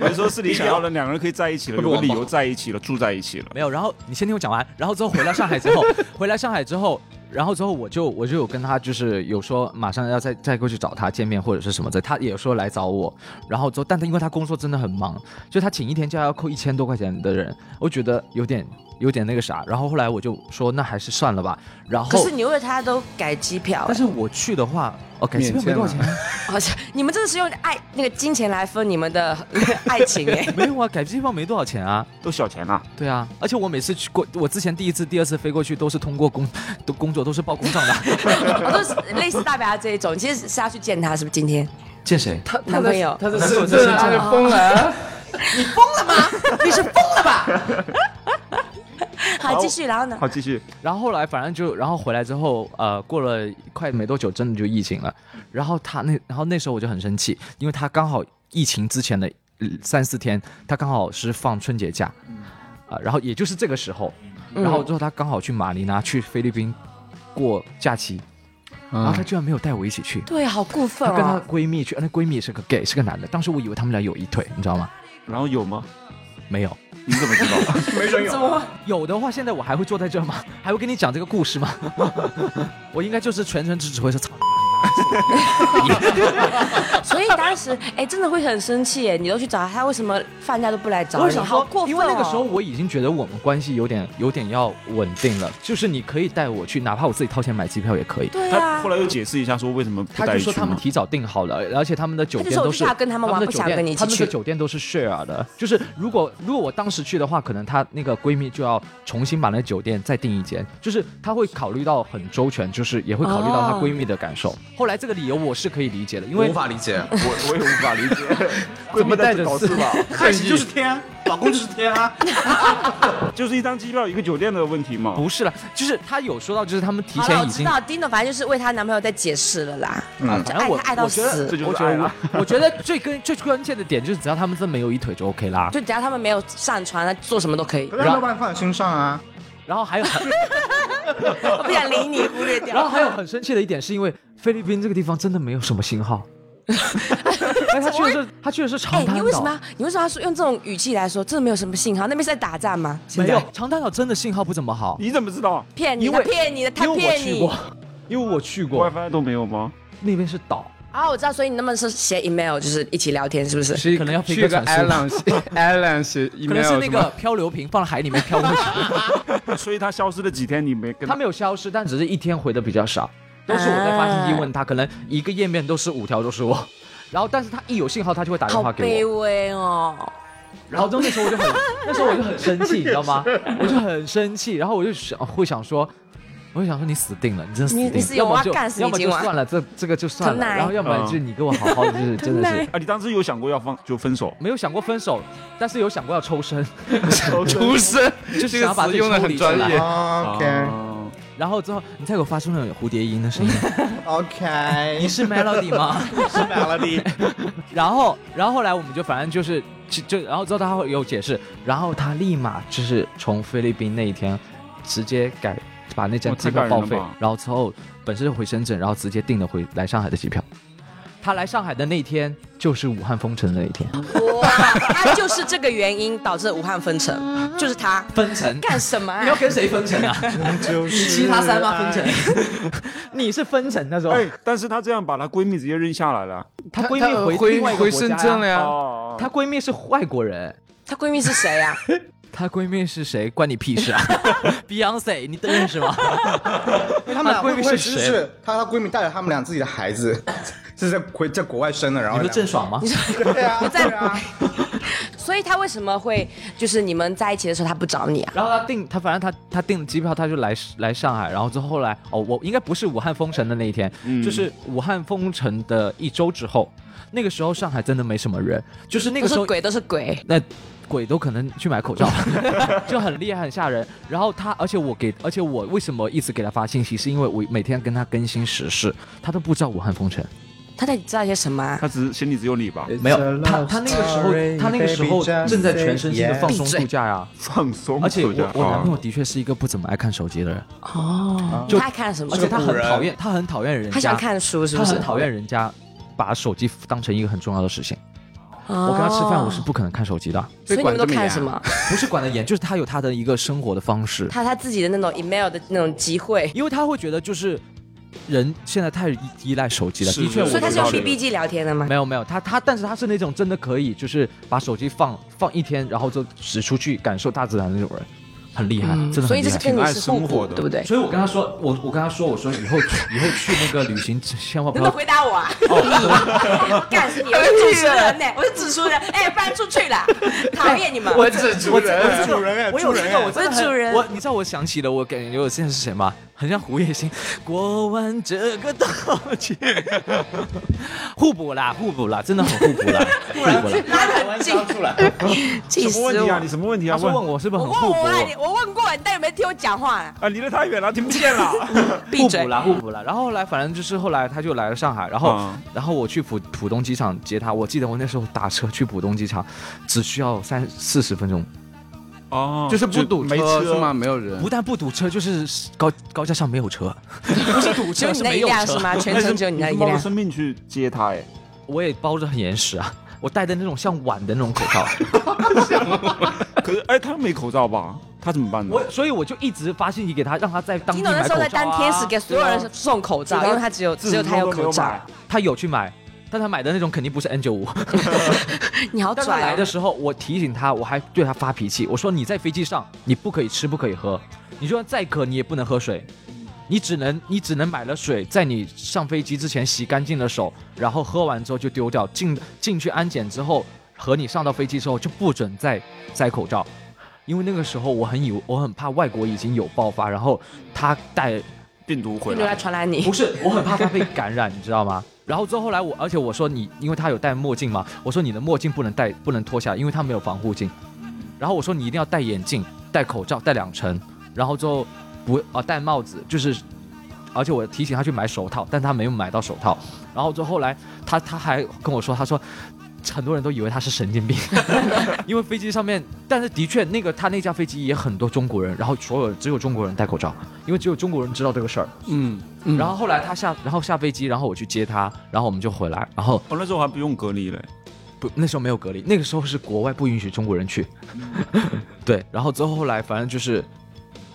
E: 我是说是你想要的，两个人可以在一起了，有个理由在一起了，住在一起了。
F: 没有，然后你先听我讲完，然后之后回到上海之 后，回来上海之后，然后之后我就我就有跟他就是有说马上要再再过去找他见面或者是什么的，他也说来找我，然后之后但他因为他工作真的很忙，就他请一天假要扣一千多块钱的人，我觉得有点有点那个啥，然后后来我就说那还是算了吧，然
B: 可
F: 后
B: 是你为他都改机票
F: 但，是我去的话，哦，改机票没多少钱啊。
B: 好像你们真的是用爱那个金钱来分你们的 爱情 哎。
F: 没有啊，改机票没多少钱啊，
E: 都小钱呐，
F: 对啊，而且我每次去过，我之前第一次、第二次飞过去都是通过工都工作都是报工账的。
B: 我都是类似大白牙这一种，其实是要去见他，是不是？今天
F: 见谁？
B: 男朋友，
C: 他是真的爱疯了啊，
B: 好，继续，然后呢？
E: 好，继续。
F: 然后后来反正就，然后回来之后，呃，过了快没多久，真的就疫情了。然后他那，然后那时候我就很生气，因为他刚好疫情之前的呃三四天，他刚好是放春节假，啊、然后也就是这个时候，然后之后他刚好去马尼拉去菲律宾过假期，然后他居然没有带我一起去。
B: 对，好过分
F: 她跟她
B: 哦！
F: 闺蜜去，那闺蜜也是个 gay，是个男的。当时我以为他们俩有一腿，你知道吗？
E: 然后有吗？
F: 没有，
E: 你怎么知道？
G: 没准有。
F: 有的话，现在我还会坐在这吗？ 还会跟你讲这个故事吗？ 我应该就是全程只只会说操你妈。你妈
B: 所以当时，哎，真的会很生气耶！你都去找他，他为什么放假都不来找
F: 我
B: 你？
F: 想
B: 好
F: 说
B: 过，分
F: 因
B: 哦！
F: 为那个时候我已经觉得我们关系有点有点要稳定了，就是你可以带我去，哪怕我自己掏钱买机票也可以。
B: 对
E: 他
B: 啊
E: 后，来又解释一下说为什么不
F: 他
E: 带
F: 就
E: 你
F: 说
E: 去
F: 他们
E: 吗？
F: 提早订好了，而且他们的酒店都
B: 他
F: 是
B: 就说我就怕跟他们玩
F: 的
B: 不
F: 酒
B: 想
F: 店
B: 跟你一起
F: 他们的
B: 去
F: 酒店都是 share 的，就是如果如果我当时去的话，可能她那个闺蜜就要重新把那酒店再订一间，就是她会考虑到很周全，就是也会考虑到她
B: 哦
F: 闺蜜的感受。后来这个理由我是可以理解的，因为
C: 无法理解。
E: 我我也无法理解，
F: 怎么带着
E: 搞事吧？
G: 开始就是天啊，老公就是天 啊。
E: 就是一张机票一个酒店的问题嘛。
F: 不是了，就是她有说到，就是他们提
B: 好了，
F: 前
B: 我
F: 已
B: 知
F: 经。
B: 道丁的，反正就是为她男朋友在解释了啦。
E: 嗯
B: 就
F: 反
B: 爱
F: 正我
B: 他爱到
F: 哎我觉得
B: 死
E: 这，就是
F: 我觉得
E: 爱了
F: 我我觉得最跟最关键的点就是，只要他们真没有一腿就 OK 啦。
B: 就只要他们没有上床，他做什么都可 以
G: 可。是他没有办法放在心上啊。
F: 然后还有很
B: 我不想理你，忽略掉。
F: 然后还有很生气的一点，是因为菲律宾这个地方真的没有什么信 号。哎，他去的是他去的是
B: 哎
F: 长，滩岛，
B: 你为什么要你为什么要说用这种语气来说？真的没有什么信号，那边是在打仗吗？
F: 没有长滩岛真的信号不怎么好，
E: 你怎么知道
B: 骗你
F: 因
B: 的，
F: 为
B: 骗你的，他
F: 因为我
B: 骗
F: 去
B: 你
F: 过。，因为我去过，
E: ？WiFi 都没有吗？
F: 那边是岛，
B: 啊，我知道，所以你那么是写 email 就是一起聊天，是不是？
C: 去
F: 可能要配
C: 去
F: 个
C: 个
F: 传输
C: Allen 写 Allen 写
F: 可能
C: email
F: 是那
C: 什
F: 个
C: 么
F: 漂流瓶放到海里面漂过 去。
E: 所以他消失了几天，你没跟
F: 他没有消失，但只啊是一天回的比较少，都是我在发信息问他，可能一个页面都是五条都是我。然后但是他一有信号，他就会打电
B: 好
F: 话给
B: 卑
F: 我，
B: 微哦。
F: 然后就那时候 我就很，那时候我就很生气，你知道吗？我就很生气，然后我就想会想说。我就想说你死定了，你真的死定了，
B: 你你是有
F: 要么
B: 挖
F: 就
B: 干死你
F: 要么就
B: 今晚
F: 算了，这这个就算
B: 疼
F: 了，
B: 奶
F: 然后要不然就你给我好好的，就是真的是
B: 嗯
E: 啊，你当时有想过要分就分手？
F: 没有想过分手，但是有想过要抽 身，
C: 出生
F: 就是想要把自己抽
C: 这个词用
F: 离出
C: 得很专
F: 来
C: 业。
G: OK
E: 啊
F: 然后之后你才给我发出那种蝴蝶音 的声音，
G: OK，
F: 你是 Melody 吗？
G: 是 Melody，
F: 然后，然后后来我们就反正就是就就，然后之后他会有解释，然后他立马就是从菲律宾那一天直接改把那张
E: 哇
F: 机
E: 太
F: 票
E: 感哦人
F: 报
E: 了
F: 废
E: 吧，
F: 然后之后本身回深圳，然后直接订了回来上海的机票。他来上海的那天就是武汉封城的那一天，
B: 哇，他就是这个原因导致武汉封 城，就是他
F: 封城。
B: 干什么、啊？
F: 跟谁封城啊？
G: 就是
F: 你其他三吗？封城，你是封城那时候，
E: 哎，但是她这样把她闺蜜直接扔下来了。
F: 她闺蜜回
C: 回
F: 另外一个
C: 回
F: 国
C: 深
F: 家
C: 圳了
F: 呀。
C: 呀，
E: 哦
F: 她闺蜜是外国人，
B: 她闺蜜是谁啊 呀、
F: 她闺蜜是谁？关你屁事啊！Beyonce，你都认识吗？
G: 他们俩
F: 她
G: 会
F: 闺蜜
G: 不
F: 是
G: 会就
F: 谁
G: 是她她闺蜜带着他们俩自己的孩子， 是在回在国外生的，然后
F: 你不是郑
G: 俩
F: 爽吗？
G: 对啊，对啊，
B: 所以她为什么会就是你们在一起的时候她不找你啊？
F: 然后他订他反正他他订了机票，他就来来上海，然后之后后来哦，我应该不是武汉封城的那一天，
G: 嗯
F: 就是武汉封城的一周之后，那个时候上海真的没什么人，就是那
B: 都
F: 个时
B: 是
F: 候
B: 鬼，都是鬼。
F: 那鬼都可能去买口罩 了，就很厉害很吓人。然后他，而且我给，而且我为什么一直给他发信息，是因为我每天跟他更新时事，他都不知道武汉封城。
B: 她到底知道些什么啊、
E: 她只是心里只有你吧？
F: 没有，他他那个时候，他那个时候正在全身心的放松度假呀、
E: 放松
F: 而且我
E: 一下
F: 我男朋友
E: 啊
F: 的确是一个不怎么爱看手机的人，
B: 哦，
F: 就
B: 她爱看什么
F: 而？且他很讨厌，他很讨厌人家，
B: 她喜欢看书是
F: 他
B: 不是？
F: 很讨厌人家把手机当成一个很重要的事情。
B: 哦。
F: 我跟他吃饭，我是不可能看手 机的，
B: 所以你
E: 管
B: 们都
E: 这
F: 啊
E: 么
B: 看
E: 严
B: 什么？
F: 不是管得严，就是他有他的一个生活的方式，
B: 她她自己的那种 email 的那种集会，
F: 因为他会觉得就是人现在太依依赖手机了，
E: 是
F: 的确我
E: 是
F: 知
B: 所
F: 道
B: 以她
F: 这个，
B: 是用 PPG 聊天的吗
F: 没？有没有，他他，但是他是那种真的可以，就是把手机放放一天，然后就只出去感受大自然的那种人，很厉害，真的
B: 嗯所
F: 很
B: 以
F: 厉
B: 这
F: 害
B: 是。跟你
E: 挺爱
B: 是互
E: 生
B: 补
E: 活
B: 的，
E: 的
B: 对不对？
F: 所以我跟他说，我我跟他说，我说以后去以后去那个旅行，千万不
B: 真的
F: 要
B: 回答我啊！
F: 哦
B: 我干死你！我是主持人呢，我是主持人，哎，搬出去啦！讨厌 你们！
C: 我只主人。
G: 主人哎，
F: 我有
G: 主
F: 这
G: 人
F: 个，啊我
G: 哎，
F: 真的
B: 我
F: 很
B: 是主人
F: 我你知道我想起了，我感觉我现在是谁吗？很像胡彦欣。过完这个道歉，互补啦，互补啦，真的很互补啦，互补啦。
B: 拉得很近，
G: 出来，
B: 气
E: 什
B: 死
E: 么问题啊？
B: 我！
E: 你什么问题啊？
F: 他说问
E: 问
F: 我是不是
B: 我
F: 很互
B: 问
F: 补哦
B: 我？啊，你我问过你，但有没有听我讲话啊？
E: 啊，离得太远了，听不见了。
B: 闭
F: 互
B: 嘴
F: 补！啦，互补啦。然后后来，反正就是后来他就来了上海，然后、
E: 嗯
F: 然后我去浦浦东机场接他。我记得我那时候打车去浦东机场，只需要三四十分钟，
E: 哦，
C: 就是不堵
E: 没
C: 车
E: 车
C: 是吗？？没有人
F: 不，但不堵车，就是高高架上没有车， 不是堵
B: 只 有
F: 车
B: 你
F: 是
B: 那
F: 没
B: 一
F: 有
B: 辆
F: 车
B: 是。吗？全程只有你啊那一
E: 哎你是冒着
B: 辆。
E: 生命去接她哎。
F: 我也包着很严实啊，我戴的那种像碗的那种口 罩，
E: 可是哎，她没口罩吧？她怎么办呢？
F: 我所以我就一直发信息给他，让他在当地
B: 金总那
F: 买
B: 时候在
F: 口罩
B: 当天使
F: 啊。
B: 给所有人送口罩，因为他只有只有他有口罩。
F: 他有去买，但他买的那种肯定不是 N 九五。
B: 你好
F: 但他
B: 拽
F: 来的
B: 啊！
F: 时候，我提醒他，我还对他发脾气，我说你在飞机上你不可以吃，不可以喝，你就算再渴你也不能喝水，你只能你只能买了水，在你上飞机之前洗干净了手，然后喝完之后就丢掉，进进去安检之后和你上到飞机之后就不准再摘口罩，因为那个时候我很以为我很怕外国已经有爆发，然后他带
E: 病毒回
B: 并没有
E: 来
B: 要传染你
F: 不，是，我很怕他被感染，你知道吗？然后之后后来我，而且我说你，因为他有戴墨镜嘛，我说你的墨镜不能戴，不能脱下来，因为他没有防护镜。然后我说你一定要戴眼镜、戴口罩、戴两层，然后之后不啊戴帽子，就是，而且我提醒他去买手套，但他没有买到手套。然后之后后来他他还跟我说，他说很多人都以为他是神经病，因为飞机上面，但是的确那个他那架飞机也很多中国人，然后所有只有中国人戴口罩，因为只有中国人知道这个事儿。
C: 嗯，嗯
F: 然后后来他下，然后下飞机，然后我去接他，然后我们就回来，然后
E: 哦我那时候还不用隔离嘞，
F: 不那时候没有隔离，那个时候是国外不允许中国人去，
E: 嗯
F: 对，然后之后后来反正就是，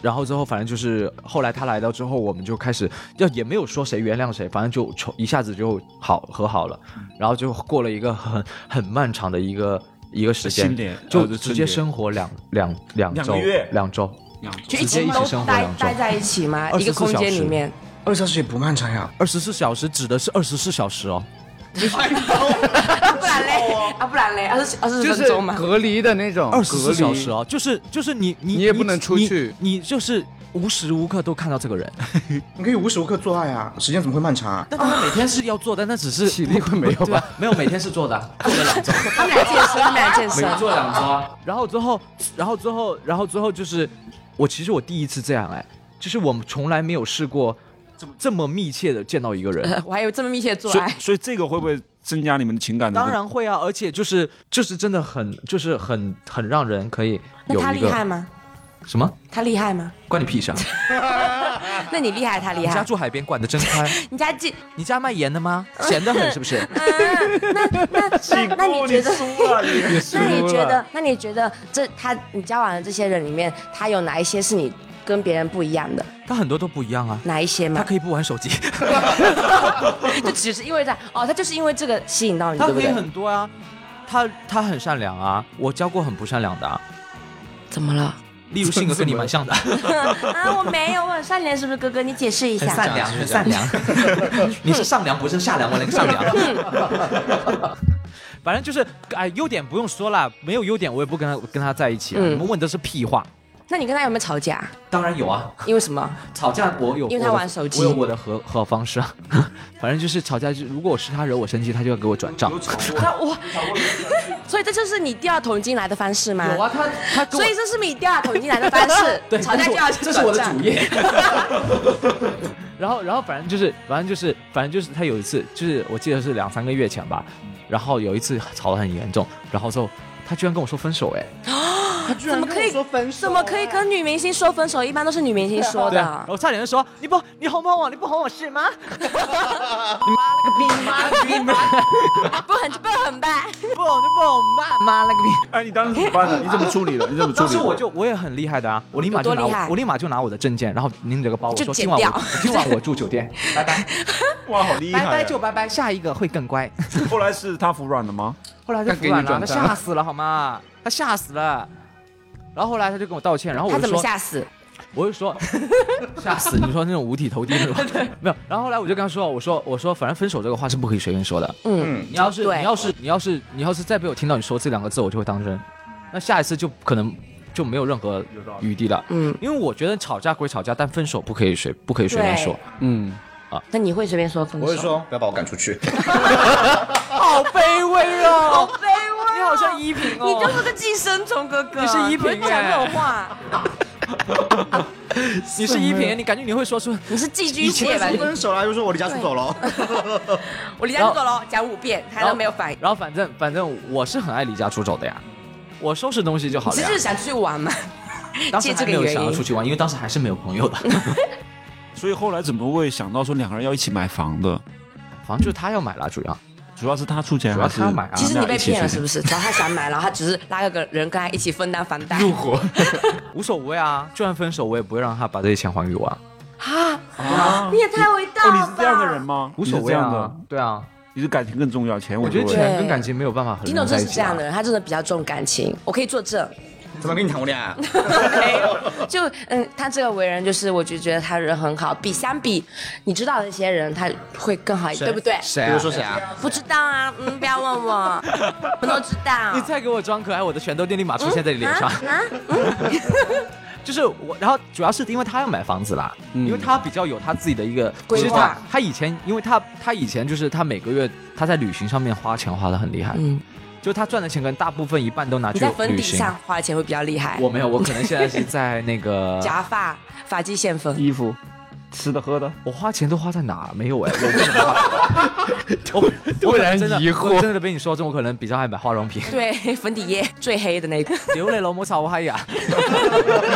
F: 然后之后反正就是后来他来到之后，我们就开始要也没有说谁原谅谁，反正就从一下子就好和好了，
E: 嗯
F: 然后就过了一个很很漫长的一个一个时间
E: 新年，
F: 就
E: 呃就
F: 直
E: 春
F: 接
E: 节
F: 生活两两两
E: 两
F: 周
E: 个月
F: 两周，
B: 就
F: 直接一起
B: 都
F: 生活
B: 待
F: 两周
B: 待在一起吗？一个
F: 24
B: 空间
F: 小时
B: 里面，
G: 二十小时也不漫长呀。
F: 二十四小时指的是二十四小时哦，
B: 不然嘞啊，不然嘞，二十二十
C: 就
B: 分
C: 是
B: 钟嘛。
C: 隔离的那
B: 哦
C: 种，
F: 二十
C: 隔
F: 四
C: 离
F: 小时啊，就是就是你你
C: 你也不能出去
F: 你你就是无时无刻都看到这个人，
G: 你可以无时无刻做爱啊，时间怎么会漫长啊？
F: 但
B: 哦
F: 他每天是要做的，但那只是
C: 体力会没有吧
F: 对啊？没有，每天是做的，做了 两周，
B: 他们俩健身，他们俩健
F: 每
B: 身。
F: 天做了两周啊，然后之后，然后之后，然后之后就是我其实我第一次这样哎，就是我们从来没有试过这么这么密切的见到一个 人，
B: 我还以为这么密切做
E: 所以
B: 爱，
E: 所以这个会不会增加你们的情感的？
F: 当，然会啊，而且就是就是真的很就是很很让人可以有
B: 那他
F: 一
B: 厉害
F: 个
B: 吗？
F: 什么
B: 他厉害吗？
F: 关你屁事啊！
B: 那你厉害，他厉
F: 你家
B: 害。
F: 住海边，管得真开。
B: 你家 进，
F: 你家卖盐的 吗？咸的很是不是？
B: 那那你觉得？
C: 也输
B: 那你觉
C: 了
B: 得？那你觉得这他你交往的这些人里面，他有哪一些是你跟别人不一样的？
F: 他很多都不一样啊，
B: 哪一些
F: 他
B: 嘛？
F: 可以不玩手 机，
B: 就只是因为在哦，他就是因为这个吸引到你，
F: 他
B: 对不
F: 可以
B: 对？
F: 很多啊，他他很善良啊，我教过很不善良的、啊，
B: 怎么了？
F: 例如性格跟你蛮 像的，
B: 啊，我没有，我很善良，是不是哥哥？你解释一下。
F: 良，很善良。 你是上梁不是下梁，我那个上梁。 反正就是，哎，优点不用说了，没有优点我也不跟他跟他在一起了。啊
B: 嗯
F: 你们问的是屁话，
B: 那你跟他有没有吵架？
F: 当然有啊，
B: 因为什么？
F: 吵架我有，
B: 因为他
F: 我的
B: 玩手机
F: 我有我的和和好方式啊。 反正就是吵架，就如果我是他惹我生气，他就要给我转账。
B: 那我，所以这就是你掉头巾来的方式吗？
F: 有啊，他他跟
B: 所
F: 我
B: 以这是你掉头巾来的方
F: 对，
B: 式，吵架就要
F: 这是我这是我的
B: 转
F: 主
B: 账。
F: 业。 然后，然后反正就是，反正就是，反正就是，他有一次，就是我记得是两三个月前吧，然后有一次吵得很严重，然后之后他居然跟我说分手，哎，
B: 怎么可以怎么可以跟女明星说分手？一般都是女明星说
F: 对
B: 的。
F: 啊，然后差点就说你不你哄不哄我，你不哄我是吗？
B: 啊不很不很吧？
F: 不哄就不哄，妈啊妈了个逼！
E: 哎，你当时怎么办 呢？你怎么处理的？你怎么处
F: 哎当
E: 理的？
F: 时我就我也很厉害的啊，我立马就
B: 有多
F: 拿
B: 厉害
F: 我我立马就拿我的证件，然后拎着个包，我
B: 就
F: 说
B: 剪
F: 今晚
B: 掉
F: 我 今晚我住酒店，拜拜
E: 哇，好厉害、
F: 拜
E: 啊！
F: 拜就拜拜，下一个会更乖。
E: 后来是他服软了吗？
F: 后来他
C: 他
F: 服
C: 给
F: 软
C: 你
F: 了，
C: 转
F: 他
C: 账
F: 吓死了好吗？他吓死了。然后后来他就跟我道歉，然后我
B: 他
F: 就
B: 怎么
F: 说，
B: 吓死？
F: 我就 说吓死，你说那种五体投地那 种，没有。然后后来我就跟他说，我说我说反正分手这个话是不可以随便说的，
B: 嗯，
F: 你要是
B: 对
F: 你要是你要是你要是再被我听到你说这两个字，我就会当真。那下一次就可能就没有任何余地了，
B: 嗯，
F: 因为我觉得吵架归吵架，但分手不可以随不可以随便
B: 对
F: 说，
C: 嗯，
B: 那你会随便说分手？
G: 我会说不要把我赶出 去，
F: 好卑微 哦，好
B: 卑微啊
F: 你好像依萍哦，
B: 你就是个寄生虫哥哥，
F: 你是依萍哎
B: 你会讲这种话，
F: 你是 依萍，你感觉你会说出
B: 你是寄居蟹吧？
G: 分手了就说我离家出走了。
B: 我离家出走了，讲五遍，他
F: 然
B: 都
F: 后
B: 没有反应。
F: 然后反正反正我是很爱离家出走的呀，我收拾东西就好
B: 你是
F: 了呀
B: 就。是想出去玩嘛？
F: 当时
B: 借
F: 还
B: 这
F: 没
B: 个
F: 有
B: 原
F: 想要出
B: 因，
F: 去玩，因为当时还是没有 朋友的。
E: 所以后来怎么会想到说两个人要一起买房的？
F: 反正就是他要买了，主 要
E: 主要是他出钱
F: 主要
E: 还是
F: 他买啊
B: 其实你被骗了是
E: 是？
B: 不是？只要他想买，然后他只是拉个人跟他一起分担房贷。
F: 伙， 无所谓啊。就算分手，我也不会让他把这些钱还给我啊，
B: 啊你也太伟大了
E: 哦，
B: 吧！
E: 你是这样的人吗？
F: 无
E: 你
F: 所
E: 是
F: 谓
E: 这样
F: 啊
E: 的，。
F: 对啊，
E: 你是感情更重要，钱无
F: 我
E: 所
F: 觉得
E: 谓。
F: 钱跟
B: 对
F: 感情没有办法很。
B: 丁总真是这样的，人，他真的比较重感情，我可以作 证。
G: 怎么跟你谈过恋爱啊？
B: 没有，就嗯，他这个为人就是，我就觉得他人很好。比相比你知道的一些人，他会更好一点，对不对？
F: 谁啊？
G: 比如说 谁啊？
B: 不知道啊，嗯，不要问 我，我都知道。
F: 你再给我装可爱，我的拳头电力码出现在你脸上。
B: 啊？
F: 就是我，然后主要是因为他要买房子啦，因为他比较有他自己的一个
B: 嗯规划
F: 其实他他以前，因为他他以前就是他每个月他在旅行上面花钱花的很厉害，
B: 嗯，
F: 就他赚的钱可能大部分一半都拿
B: 你
F: 去
B: 在粉
F: 旅
B: 底
F: 行。
B: 上花的钱会比较厉害。
F: 我没有，我可能现在是在那个
B: 假发、发际线粉，
E: 衣服、吃的、喝的，
F: 我花钱都花在哪？没有哎、我不怎么花。 我
C: 突
F: 我可能
C: 然
F: 真的
C: 疑惑
F: 我真的被你说中，我可能比较爱买化妆品。
B: 对， 粉底液最黑的那个。
F: 流泪了，我草我嗨 呀！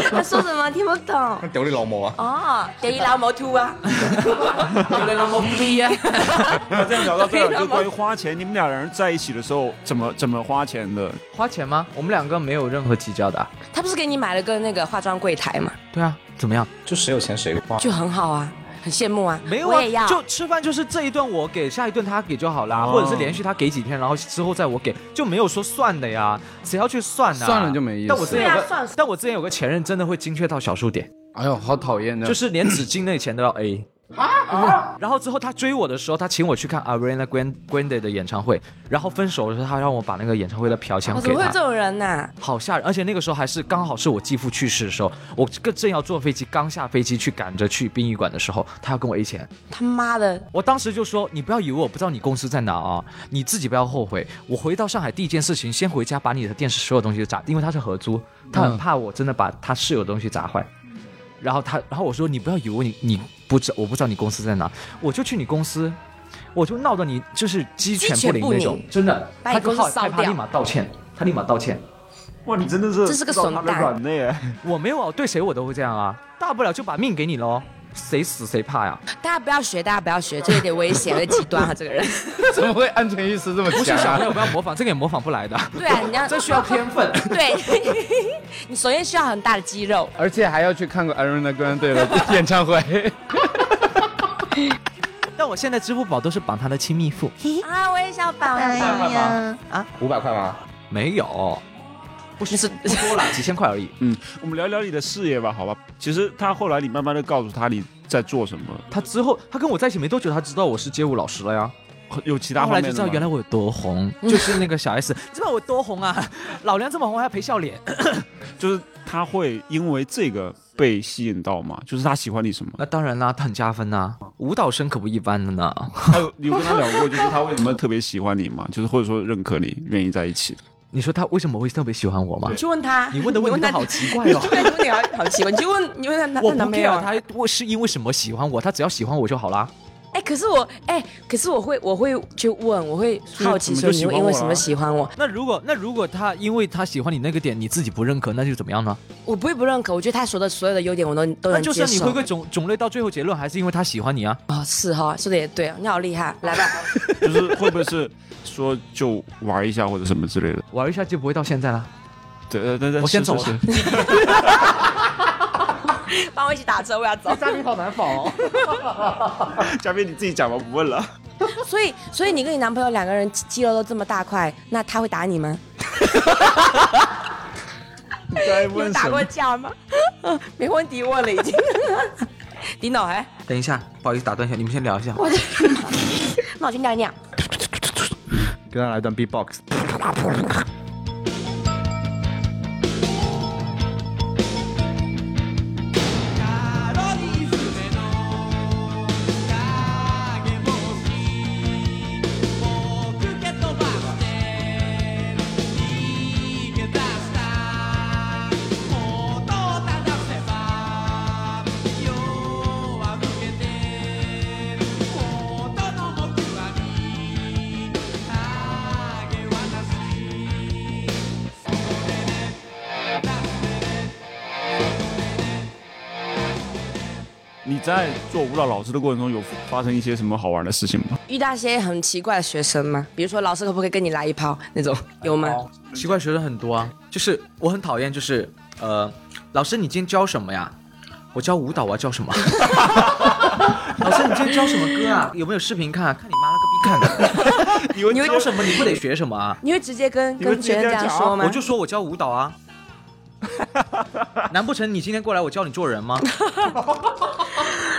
B: 他说什么听不懂？
G: 丢你老母啊！
B: 哦，给你老毛秃啊！
F: 流泪了，我逼呀！
E: 那这样聊 到这儿，就关于花钱，你们俩人在一起的时候怎么怎么花钱的？
F: 花钱吗？我们两个没有任何计较的啊。
B: 他不是给你买了个那个化妆柜台嘛，
F: 对啊，怎么样？
G: 就谁有钱谁花。
B: 就很好啊，很羡慕啊。
F: 没有
B: 我也
F: 啊，
B: 要。
F: 就吃饭就是这一顿我给，下一顿他给就好啦，
E: 哦
F: 或者是连续他给几天，然后之后再我给，就没有说算的呀，谁要去算呢、
C: 算了就没意思
F: 但我之前有
B: 对
F: 个
B: 啊，算了
F: 但我之前有个前任真的会精确到小数点，
C: 哎呦，好讨厌的，
F: 就是连纸巾那钱都要 A。
C: 啊
F: 然后之后他追我的时候，他请我去看 Ariana Gran- Grande 的演唱会，然后分手的时候，他让我把那个演唱会的票钱
B: 我哦怎
F: 给
B: 么会有
F: 他
B: 这。种人呐、
F: 好吓人！而且那个时候还是刚好是我继父去世的时候，我更正要坐飞机，刚下飞机去赶着去殡仪馆的时候，他要跟我 A 钱。
B: 他妈的，
F: 我当时就说：“你不要以为我不知道你公司在哪啊，你自己不要后悔。”我回到上海第一件事情，先回家把你的电视所有东西都砸，因为他是合租，他很怕我真的把他室友的东西砸坏。然后他，然后我说：“你不要以为你你不知我不知道你公司在哪，我就去你公司，我就闹得你就是鸡犬不宁那
B: 鸡犬不
F: 种
B: 宁，
F: 真的。”
B: 把你
F: 他
B: 公
F: 就
B: 司
F: 好
B: 烧
F: 害怕，
B: 掉
F: 立马道歉，他立马道歉。
E: 哇，你真的是
B: 这是个
E: 知道他
B: 怂
E: 的
B: 蛋
E: 软肋，
F: 我没有啊，对谁我都会这样啊，大不了就把命给你喽，谁死谁怕呀、
B: 大家不要学，大家不要学，这有点危险，有点极端啊，这个 人。
C: 怎么会安全意识这么
F: 不是
C: 强
F: 小
C: 啊
F: 朋？友不要模仿，这个也模仿不来的，
B: 对啊，你要
F: 这需要天分。
B: 对， 你首先需要很大的肌肉。
C: 而且还要去看过 Ariana Grande 的演唱会，
F: 但我现在支付宝都是绑他的亲密付，
B: 啊，我也想绑。
F: 哎
G: 五百块吗？
F: 没有，不是
B: 是
F: 不 多了，几千块而已。
E: 嗯，我们聊一聊你的事业吧，好吧？其实他后来你慢慢的告诉他你在做什么，
F: 他之后，他跟我在一起没多久，他知道我是街舞老师了呀。
E: 有其他
F: 他后
E: 方
F: 来
E: 面
F: 就
E: 的
F: 知道
E: 吗
F: 原来我有多红，就是那个小 S，知道我多红啊？ 老娘这么红还要陪笑脸？
E: 就是他会因为这个被吸引到吗？就是他喜欢你什 么？
F: 那当然啦，他很加分呐、舞蹈生可不一般的呢。
E: 他有你有跟他聊过，就是他为什么特别喜欢你吗？就是或者说认可你，愿意在一起。
F: 你说他为什么会特别喜欢我吗
B: 你？去问他，
F: 你问的问啊题
B: 他
F: 都好奇怪哦。
B: 对，你问你好好奇怪，你就问你问他他
F: 我不
B: 男朋友啊
F: care。他我是因为什么喜欢我，他只要喜欢我就好啦。
B: 哎，可是我哎，可是我会我会去问，我会好奇说你
E: 所以怎么就喜
B: 会
E: 欢我啊
B: 因为什么喜欢我？
F: 那如果那如果他因为他喜欢你那个点，你自己不认可，那就怎么样呢？
B: 我不会不认可，我觉得他说的所有的优点我都都
F: 那
B: 能
F: 就是
B: 接
F: 你回
B: 受。
F: 归种种类到最后结论还是因为他喜欢你啊。
B: 哦，是哈，说的也对，你好厉 害，来吧，
E: 就是会不会是说就玩一下或者什么之类的？
F: 玩一下就不会到现在了。
E: 对对对，对
F: 我先
E: 是
F: 走
E: 是是
F: 了
B: 帮我一起打车，我要 走。
C: 嘉宾好难仿哦。
E: 嘉宾你自己讲吧，不问了。
B: 所以所以你跟你男朋友两个人肌肌肉都这么大块，那他会打你吗？
E: 你在
B: 你有
E: 问
B: 打
E: 什
B: 过
E: 么？
B: 架吗？ 没问题，问了 已经。迪脑哎，
F: 等一下，不好意思打断一下，你们先聊一下。
B: 那我去尿尿。
C: 给他来段 B-box。
E: 你在做舞蹈老师的过程中有发生一些什么好玩的事情 吗？
B: 遇到一些很奇怪的学生吗？比如说老师可不可以跟你来一炮那种，有吗？
F: 哦奇怪学生很多啊，就是我很讨厌，就是呃，老师你今天教什么呀？我教舞蹈啊，教什 么？老师你今天教什么歌啊？有没有视频看啊？看你妈了个逼看的！
E: 你会
F: 你教什么？你不得学什么啊？
B: 你会直接跟
E: 你会
B: 跟学生这样说吗？
F: 哦我就说我教舞蹈啊。难不成你今天过来我教你做人吗？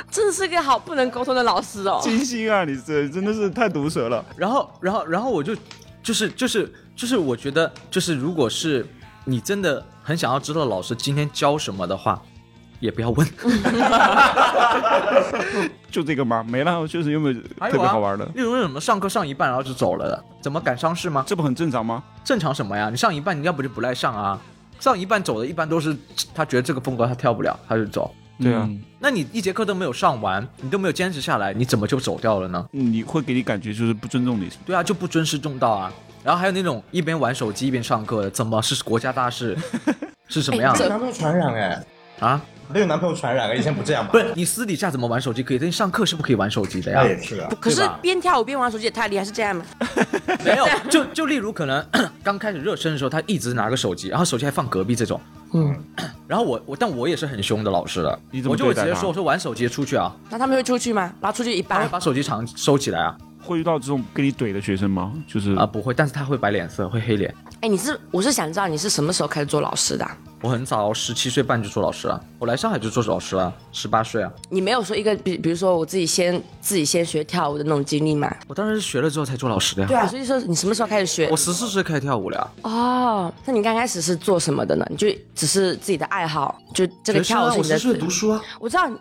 B: 真的是个好不能沟通的老师哦。
E: 金星啊，你这真的是太毒舌了。
F: 然后，然后，然后我就，就是，就是，就是，我觉得，就是，如果是你真的很想要知道老师今天教什么的话，也不要问。
E: 就这个吗？没了，就是有没有
F: 还
E: 特
F: 有
E: 别
F: 啊，
E: 好玩的？
F: 例如什么上课上一半然后就走了的，怎么赶伤势吗？
E: 这不很正常吗？
F: 正常什么呀？你上一半，你要不就不赖上啊？上一半走的，一般都是他觉得这个风格他跳不了，他就走。
E: 对啊，
F: 那你一节课都没有上完，你都没有坚持下来，你怎么就走掉了呢？
E: 嗯你会给你感觉就是不尊重你，
F: 对啊，就不尊师重道啊。然后还有那种一边玩手机一边上课的，怎么是国家大事？是什么样
G: 被
F: 的
G: 男朋友 传染哎，
F: 啊？
G: 被男朋友传染了，以前不这样吧？
F: 不是你私底下怎么玩手机可以，但你上课是不可以玩手机的呀
G: 那。
E: 哎
G: 也是啊，
B: 可是
F: 对吧
B: 边跳舞边玩手机也太厉害，是这样吗？
F: 没有，就就例如可能 刚开始热身的时候，他一直拿个手机，然后手机还放隔壁这种。嗯。然后我我但我也是很凶的老师了，
E: 你怎么
F: 我就会
E: 对
F: 直
E: 待
F: 接
E: 他
F: 说我说玩手机出去啊，
B: 那他们会出去吗？然后出去一
F: 他会
B: 半，
F: 把手机藏收起来啊
E: 会遇到这种跟你怼的学生吗？就是
B: 啊
F: 啊、不会，但是他会摆脸色，会黑脸。
B: 哎，你是我是想知道你是什么时候开始做老师的啊、
F: 我很早十七岁半就做老师了，我来上海就做老师了，十八岁啊。
B: 你没有说一个比，比如说我自己先自己先学跳舞的那种经历嘛？
F: 我当然是学了之后才做老师的呀。
B: 对啊，所以说你什么时候开始学
F: 我？十四岁开始跳舞了呀，
B: 哦，那你刚开始是做什么的呢？你就只是自己的爱好，就这个
F: 学生啊
B: 跳舞是
F: 我
B: 你的。
F: 十四岁读书啊，
B: 我知道你，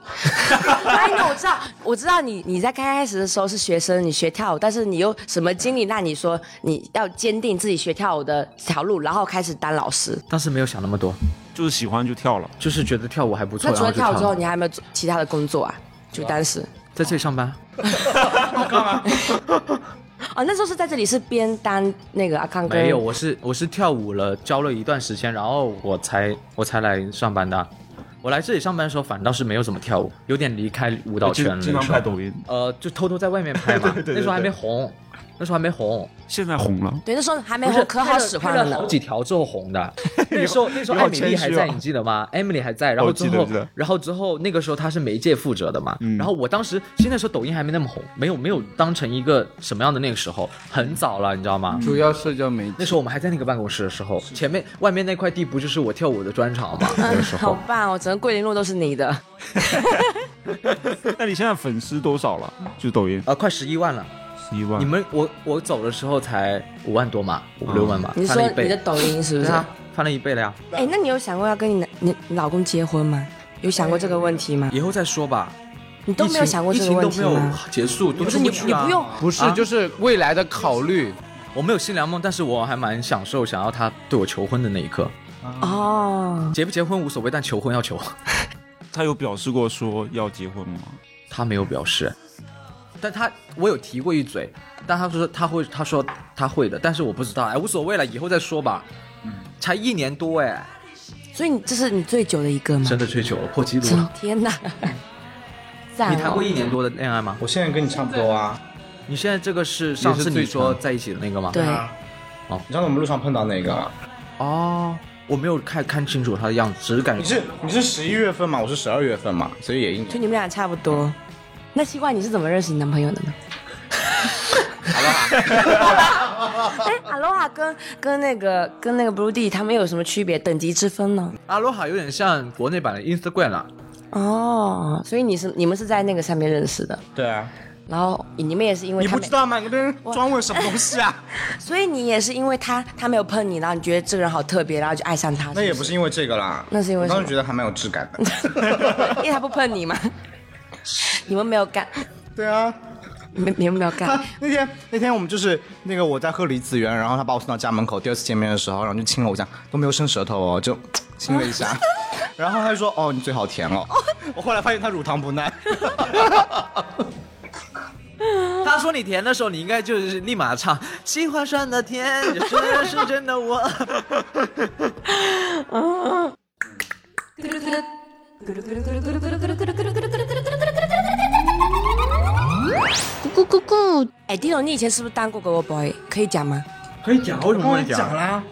B: 哎，那我知道，我知道你你在刚开始的时候是学生，你学跳舞，但是你又什么经历让你说你要坚定自己学跳舞的这条路，然后开始当老师？
F: 当时没有想那么多，
E: 就是喜欢就跳了。
F: 就是觉得跳舞还不错。
B: 那除了
F: 然后
B: 跳
F: 就
B: 舞之后，
F: 了
B: 你还有没有做其他的工作啊？就当时
F: 在这里上班，
B: 哦，那时候是在这里是边当那个阿康哥，
F: 没有，我是我是跳舞了，教了一段时间，然后我才我才来上班的。我来这里上班的时候，反倒是没有怎么跳舞，有点离开舞蹈
E: 经
F: 圈了。
E: 经常
F: 那时候
E: 拍抖音
F: 呃，就偷偷在外 面拍嘛。那时候还没红，那时候还没红，
E: 现在红 了，
B: 对，那时候还没
F: 不
B: 有
F: 是
B: 可哎好使唤
F: 拍了
B: 呢
F: 好。几条之后 红的。那时候那时候艾米丽还
E: 有好谦虚
F: 在，
E: 啊
F: 你记得吗？艾米丽还在，然后
E: 我记
F: 之
E: 得
F: 后
E: 记得嗯
F: 然后之后那个时候她是媒介负责的嘛。然后我当时其实那时候抖音还没那么红，没有没有当成一个什么样的那个时候，很早了，你知道吗？
C: 主要社交媒
F: 那
C: 体。
F: 时候我们还在那个办公室的时候，前面外面那块地不就是我跳舞的专场 吗？那个时
B: 嗯好
F: 候
B: 棒哦，整个桂林路都是你的。
E: 那你现在粉丝多少了？
B: 嗯
E: 就抖音
F: 呃，快十一万了。
E: 十一万
F: 你。们我我走的时候才五万多嘛，五六万嘛，
B: 嗯你是
F: 翻
B: 说
F: 了一
B: 你的
F: 倍。
B: 抖音是不
F: 对
B: 是？
F: 啊，翻了一倍了呀，
B: 哎、那你有想过要跟你男你你老公结婚吗？有想过这个问题吗？
F: 以后再说吧。
B: 你都没有想过这个问题
F: 嗯疫情都没
B: 吗？
F: 有结束，都
B: 不是
F: 出
B: 你
F: 去
B: 你
F: 啊
B: 不用，
C: 不是
F: 啊，
C: 就是未来的考虑。
F: 我没有新娘梦，但是我还蛮享受想要他对我求婚的那一刻。
B: 哦，
F: 结不结婚无所谓，但求婚要求。
E: 他有表示过说要结婚吗？
F: 他没有表示，但他我有提过一嘴，但他说他会，他说他会的，但是我不知道，哎，无所谓了，以后再说吧。才一年多哎，
B: 所以你这是你最久的一个吗
F: 真？的追求了，破纪录
B: 真
F: 了。
B: 天 哪！赞
F: 你谈过
B: 哦！
F: 一年多的恋爱吗？
G: 我现在跟你差不多啊，
F: 你现在这个是上次你
C: 也
F: 说
C: 是最
F: 在一起的那个吗？
B: 对，
G: 你知道我们路上碰到哪个啊？
F: 哦，我没有看看清楚他的样子，只是感
G: 你
F: 觉
G: 是你是十一月份嘛，我是十二月份嘛，所以也一
B: 所以
G: 年。
B: 你们俩差不多。那西瓜，你是怎么认识你男朋友的呢？哈喽哈， 哎，哈喽哈跟跟那个跟那个 Blue D 他们有什么区别？等级之分呢？
F: 阿啊罗哈有点像国内版的 Instagram 啦。
B: 哦，所以你是你们是在那个上面认识的，
G: 对啊，
B: 然后你们也是因为
G: 你
B: 他
G: 不
B: 没
G: 知，道吗？你跟人装问什么东西啊？
B: 所以你也是因为他他没有碰你，然后你觉得这个人好特别，然后就爱上他。
G: 那也不是因为这个啦，
B: 那是因为
G: 我当
B: 什
G: 时
B: 么
G: 觉得还蛮有质感的。
B: 因为他不碰你嘛。你们没有干，
G: 对啊，
B: 没你们没有干
G: 他，那天那天我们就是那个我在喝李子园，然后他把我送到家门口，第二次见面的时候，然后就亲了我一下，都没有伸舌头哦， 就亲了一下， 然后他就说哦你嘴好 甜哦，我后来发现他乳糖不耐，
F: 他说你甜的时候，你应该就是立马唱《喜欢酸的甜》，这是真的我。
A: 咕咕咕咕，
B: 哎，丁总，你以前是不是当过 Go Boy？可以讲吗？
F: 可以讲，为什么不能
G: 讲？啦，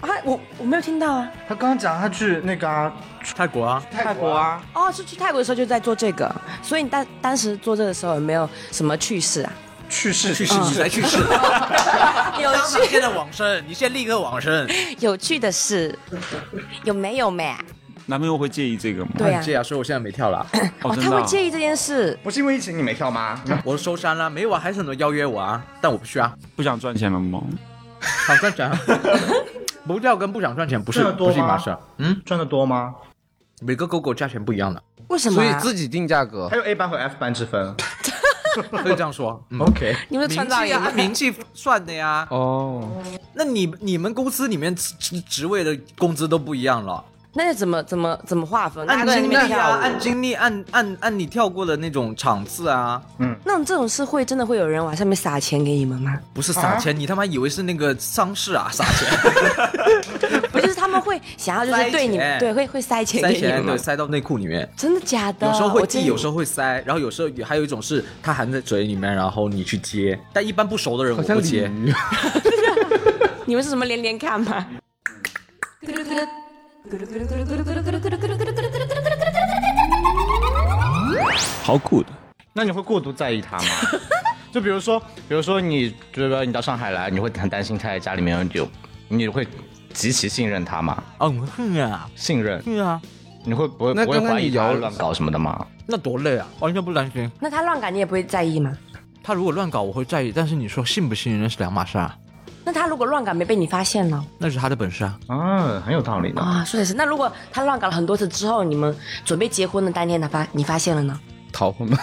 B: 啊，我我没有听到啊。
G: 他刚刚讲他去那个啊
F: 泰国啊，
G: 泰国啊，
B: 哦，是去泰国的时候就在做这个，所以你当当时做这个的时候有没有什么趣事啊？
G: 去世嗯
F: 去世你才去世，
B: 有
F: 啊当场现在往生，你先立刻往生。
B: 有趣的事，有没有妹啊？
E: 男朋友会介意这个吗？
B: 对啊，
F: 这样，所以我现在没跳 了，
E: 哦，真
B: 他
E: 的
B: 会
E: 啊。
B: 介意这件事。
G: 不是因为疫情你没跳吗？
F: 我收山了。没完还是很多邀约我啊，但我不去啊，
E: 不想赚钱了吗？
F: 想赚 钱啊。不跳跟不想赚钱不是
G: 这么多
F: 不
G: 吗
F: 是一码事儿。嗯，
G: 赚的多吗？
F: 每个狗狗价钱不一样的，
B: 为什么
C: 所
B: 啊、
C: 以自己定价格
G: 还。有 A 班和 F 班之分。
F: 可以这样说。嗯，
G: OK，
B: 你们
F: 名
B: 创造
F: 气
B: 营
F: 啊，名气算的呀。
C: 哦，
F: 那你你们公司里面职职职位的工资都不一样了。
B: 那就怎么怎么怎么划分？大家
F: 按
B: 都在那
F: 经历
B: 边
F: 啊，
B: 跳
F: 按
B: 舞。
F: 经历，按按按你跳过的那种场次啊，
B: 那种这种事会真的会有人往上面撒钱给你们吗？
F: 不是撒钱，你他妈以为是那个丧事啊，撒钱，
B: 不就是他们会想要就是对你
F: 塞钱
B: 对会会塞钱
F: 塞
B: 给你
F: 钱
B: 们
F: 对，
B: 吗？
F: 塞到内裤里面。
B: 真的假的？
F: 有时候会
B: 我真
F: 递，有时候会塞，然后有时候还有一种是它含在嘴里面，然后你去接，但一般不熟的人我
C: 好像
F: 不接。
C: 鲤鱼。
B: 你们是什么连连看吗？
E: 好 good。
G: 那你会过度在意他吗？ 就比如说，比如说你，比如说你到上海来，你会很担心他在家里面有，你会极其信任他吗？
F: 嗯哼啊，
G: 信任，
F: 哼啊，
G: 你会不会
C: 那
G: 不会
C: 刚刚
G: 怀疑
C: 你
G: 他
C: 摇
G: 乱搞什么的吗？
F: 那多累啊，完全不担心。
B: 那他乱搞你也不会在意吗？
F: 他如果乱搞，我会在意，但是你说信不信任是两码事啊，
B: 那他如果乱搞没被你发现呢？
F: 那是他的本事啊。
G: 嗯，很有道理的。
B: 啊，说的是。那如果他乱搞了很多次之后，你们准备结婚的当天，他发你发现了呢？
C: 逃婚吗？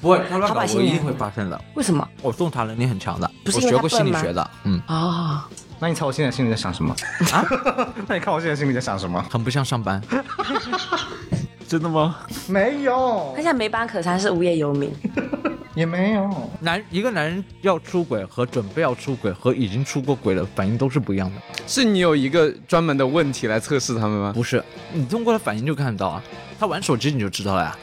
F: 不会，他
B: 搞我一定会
F: 发现的。
B: 为什么？
F: 我洞察能力很强的，
B: 不是
F: 我
B: 因为
F: 学
B: 他
F: 过心理
B: 笨吗
F: 学的，嗯，
B: 哦，
G: 那你猜我现在心里在想什 么？啊 那你看我现在心里在想什么？
F: 很不像上班。
E: 真的吗？
G: 没有
B: 他，现在没班可上，是无业游民。
G: 也没有。
F: 男一个男人要出轨和准备要出轨和已经出过轨了反应都是不一样的。
C: 是你有一个专门的问题来测试他们吗？
F: 不是，你通过他反应就看得到啊，他玩手机你就知道了呀。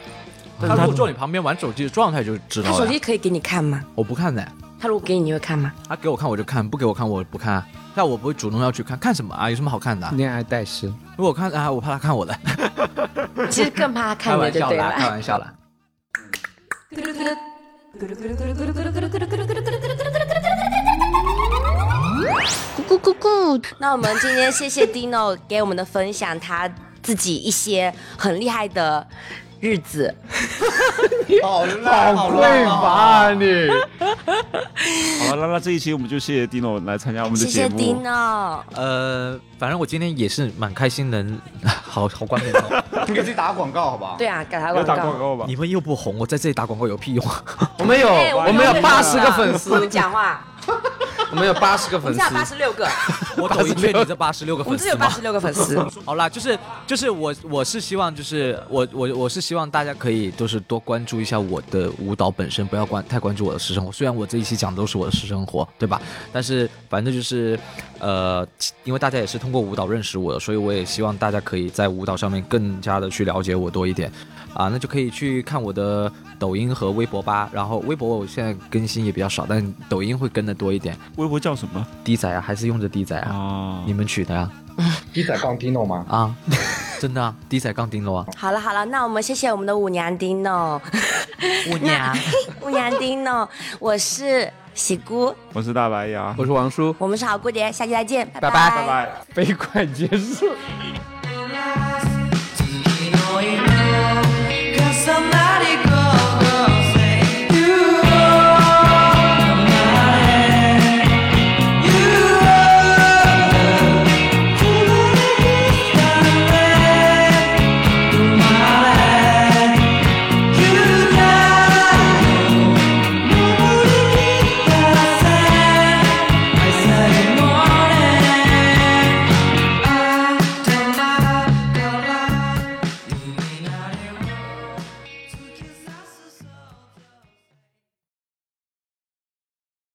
F: 他如果坐你旁边玩手机的状态就知
B: 他
F: 道
B: 手
F: 了
B: 机
F: 呀。
B: 可以给你看吗？
F: 我不看的，
B: 他如果给你，你会看吗？
F: 他给我看我就看，不给我看我不看啊。但我不会主动要去看，看什么啊？有什么好看的啊、
C: 恋爱代诗，
F: 如果看啊，我怕他看我的。
B: 其实更怕他
F: 开
B: 看你
F: 玩
B: 就
F: 笑
B: 对
F: 啦，开
B: 了。
F: 玩笑 啦。
B: 咕咕咕咕。那我们今天谢谢 Dino 给我们的分享，他自己一些很厉害的日子。
G: 好烂，好
C: 会吧你？
E: 好了，那那这一期我们就谢谢 Dino 来参加我们的
B: 谢谢
E: 节目。
B: Dino，
F: 呃，反正我今天也是蛮开心能，好好冠冕哦。
G: 你给自己打广告好不好？
B: 对啊，给他
E: 要
B: 广
E: 打广
B: 告。
E: 告吧？
F: 你们又不红，我在这里打广告有屁用啊？
C: 我们有，
E: 哎
B: 对
C: 哎我们有八十个粉丝
B: 我，们讲话，
C: 我们有八十个
B: 我
C: 粉
B: 们
C: 丝
B: 现在，八十六个，
F: 我 抖音圈你这八十六个
B: 我
F: 粉
B: 们只
F: 丝
B: 有八
F: 吗
B: 十？六个粉丝。
F: 好啦，就是就是我我是希望就是我我我是希望大家可以都是多关注一下我的舞蹈本身，不要关太关注我的私生活。虽然我这一期讲的都是我的私生活，对吧？但是反正就是呃，因为大家也是通过舞蹈认识我的，所以我也希望大家可以在舞蹈上面更加的去了解我多一点啊。那就可以去看我的抖音和微博吧。然后微博我现在更新也比较少，但抖音会跟的多一点。
E: 微博叫什么
F: D 仔啊，还是用着 D 仔啊，
E: 啊
F: 你？们取的呀、
G: 一仔杠 Dino 吗？
F: 啊，真的啊，D 仔杠丁了啊，
B: 好了好了，那我们谢谢我们的舞娘 Dino，
F: 我 娘，
B: 舞娘 Dino，我是喜姑，
E: 我是大白牙。
C: 我是王叔，
B: 我们是好姑蝶，下期再见，
C: 拜
B: 拜
E: 拜。
C: 飞快结束。
D: 「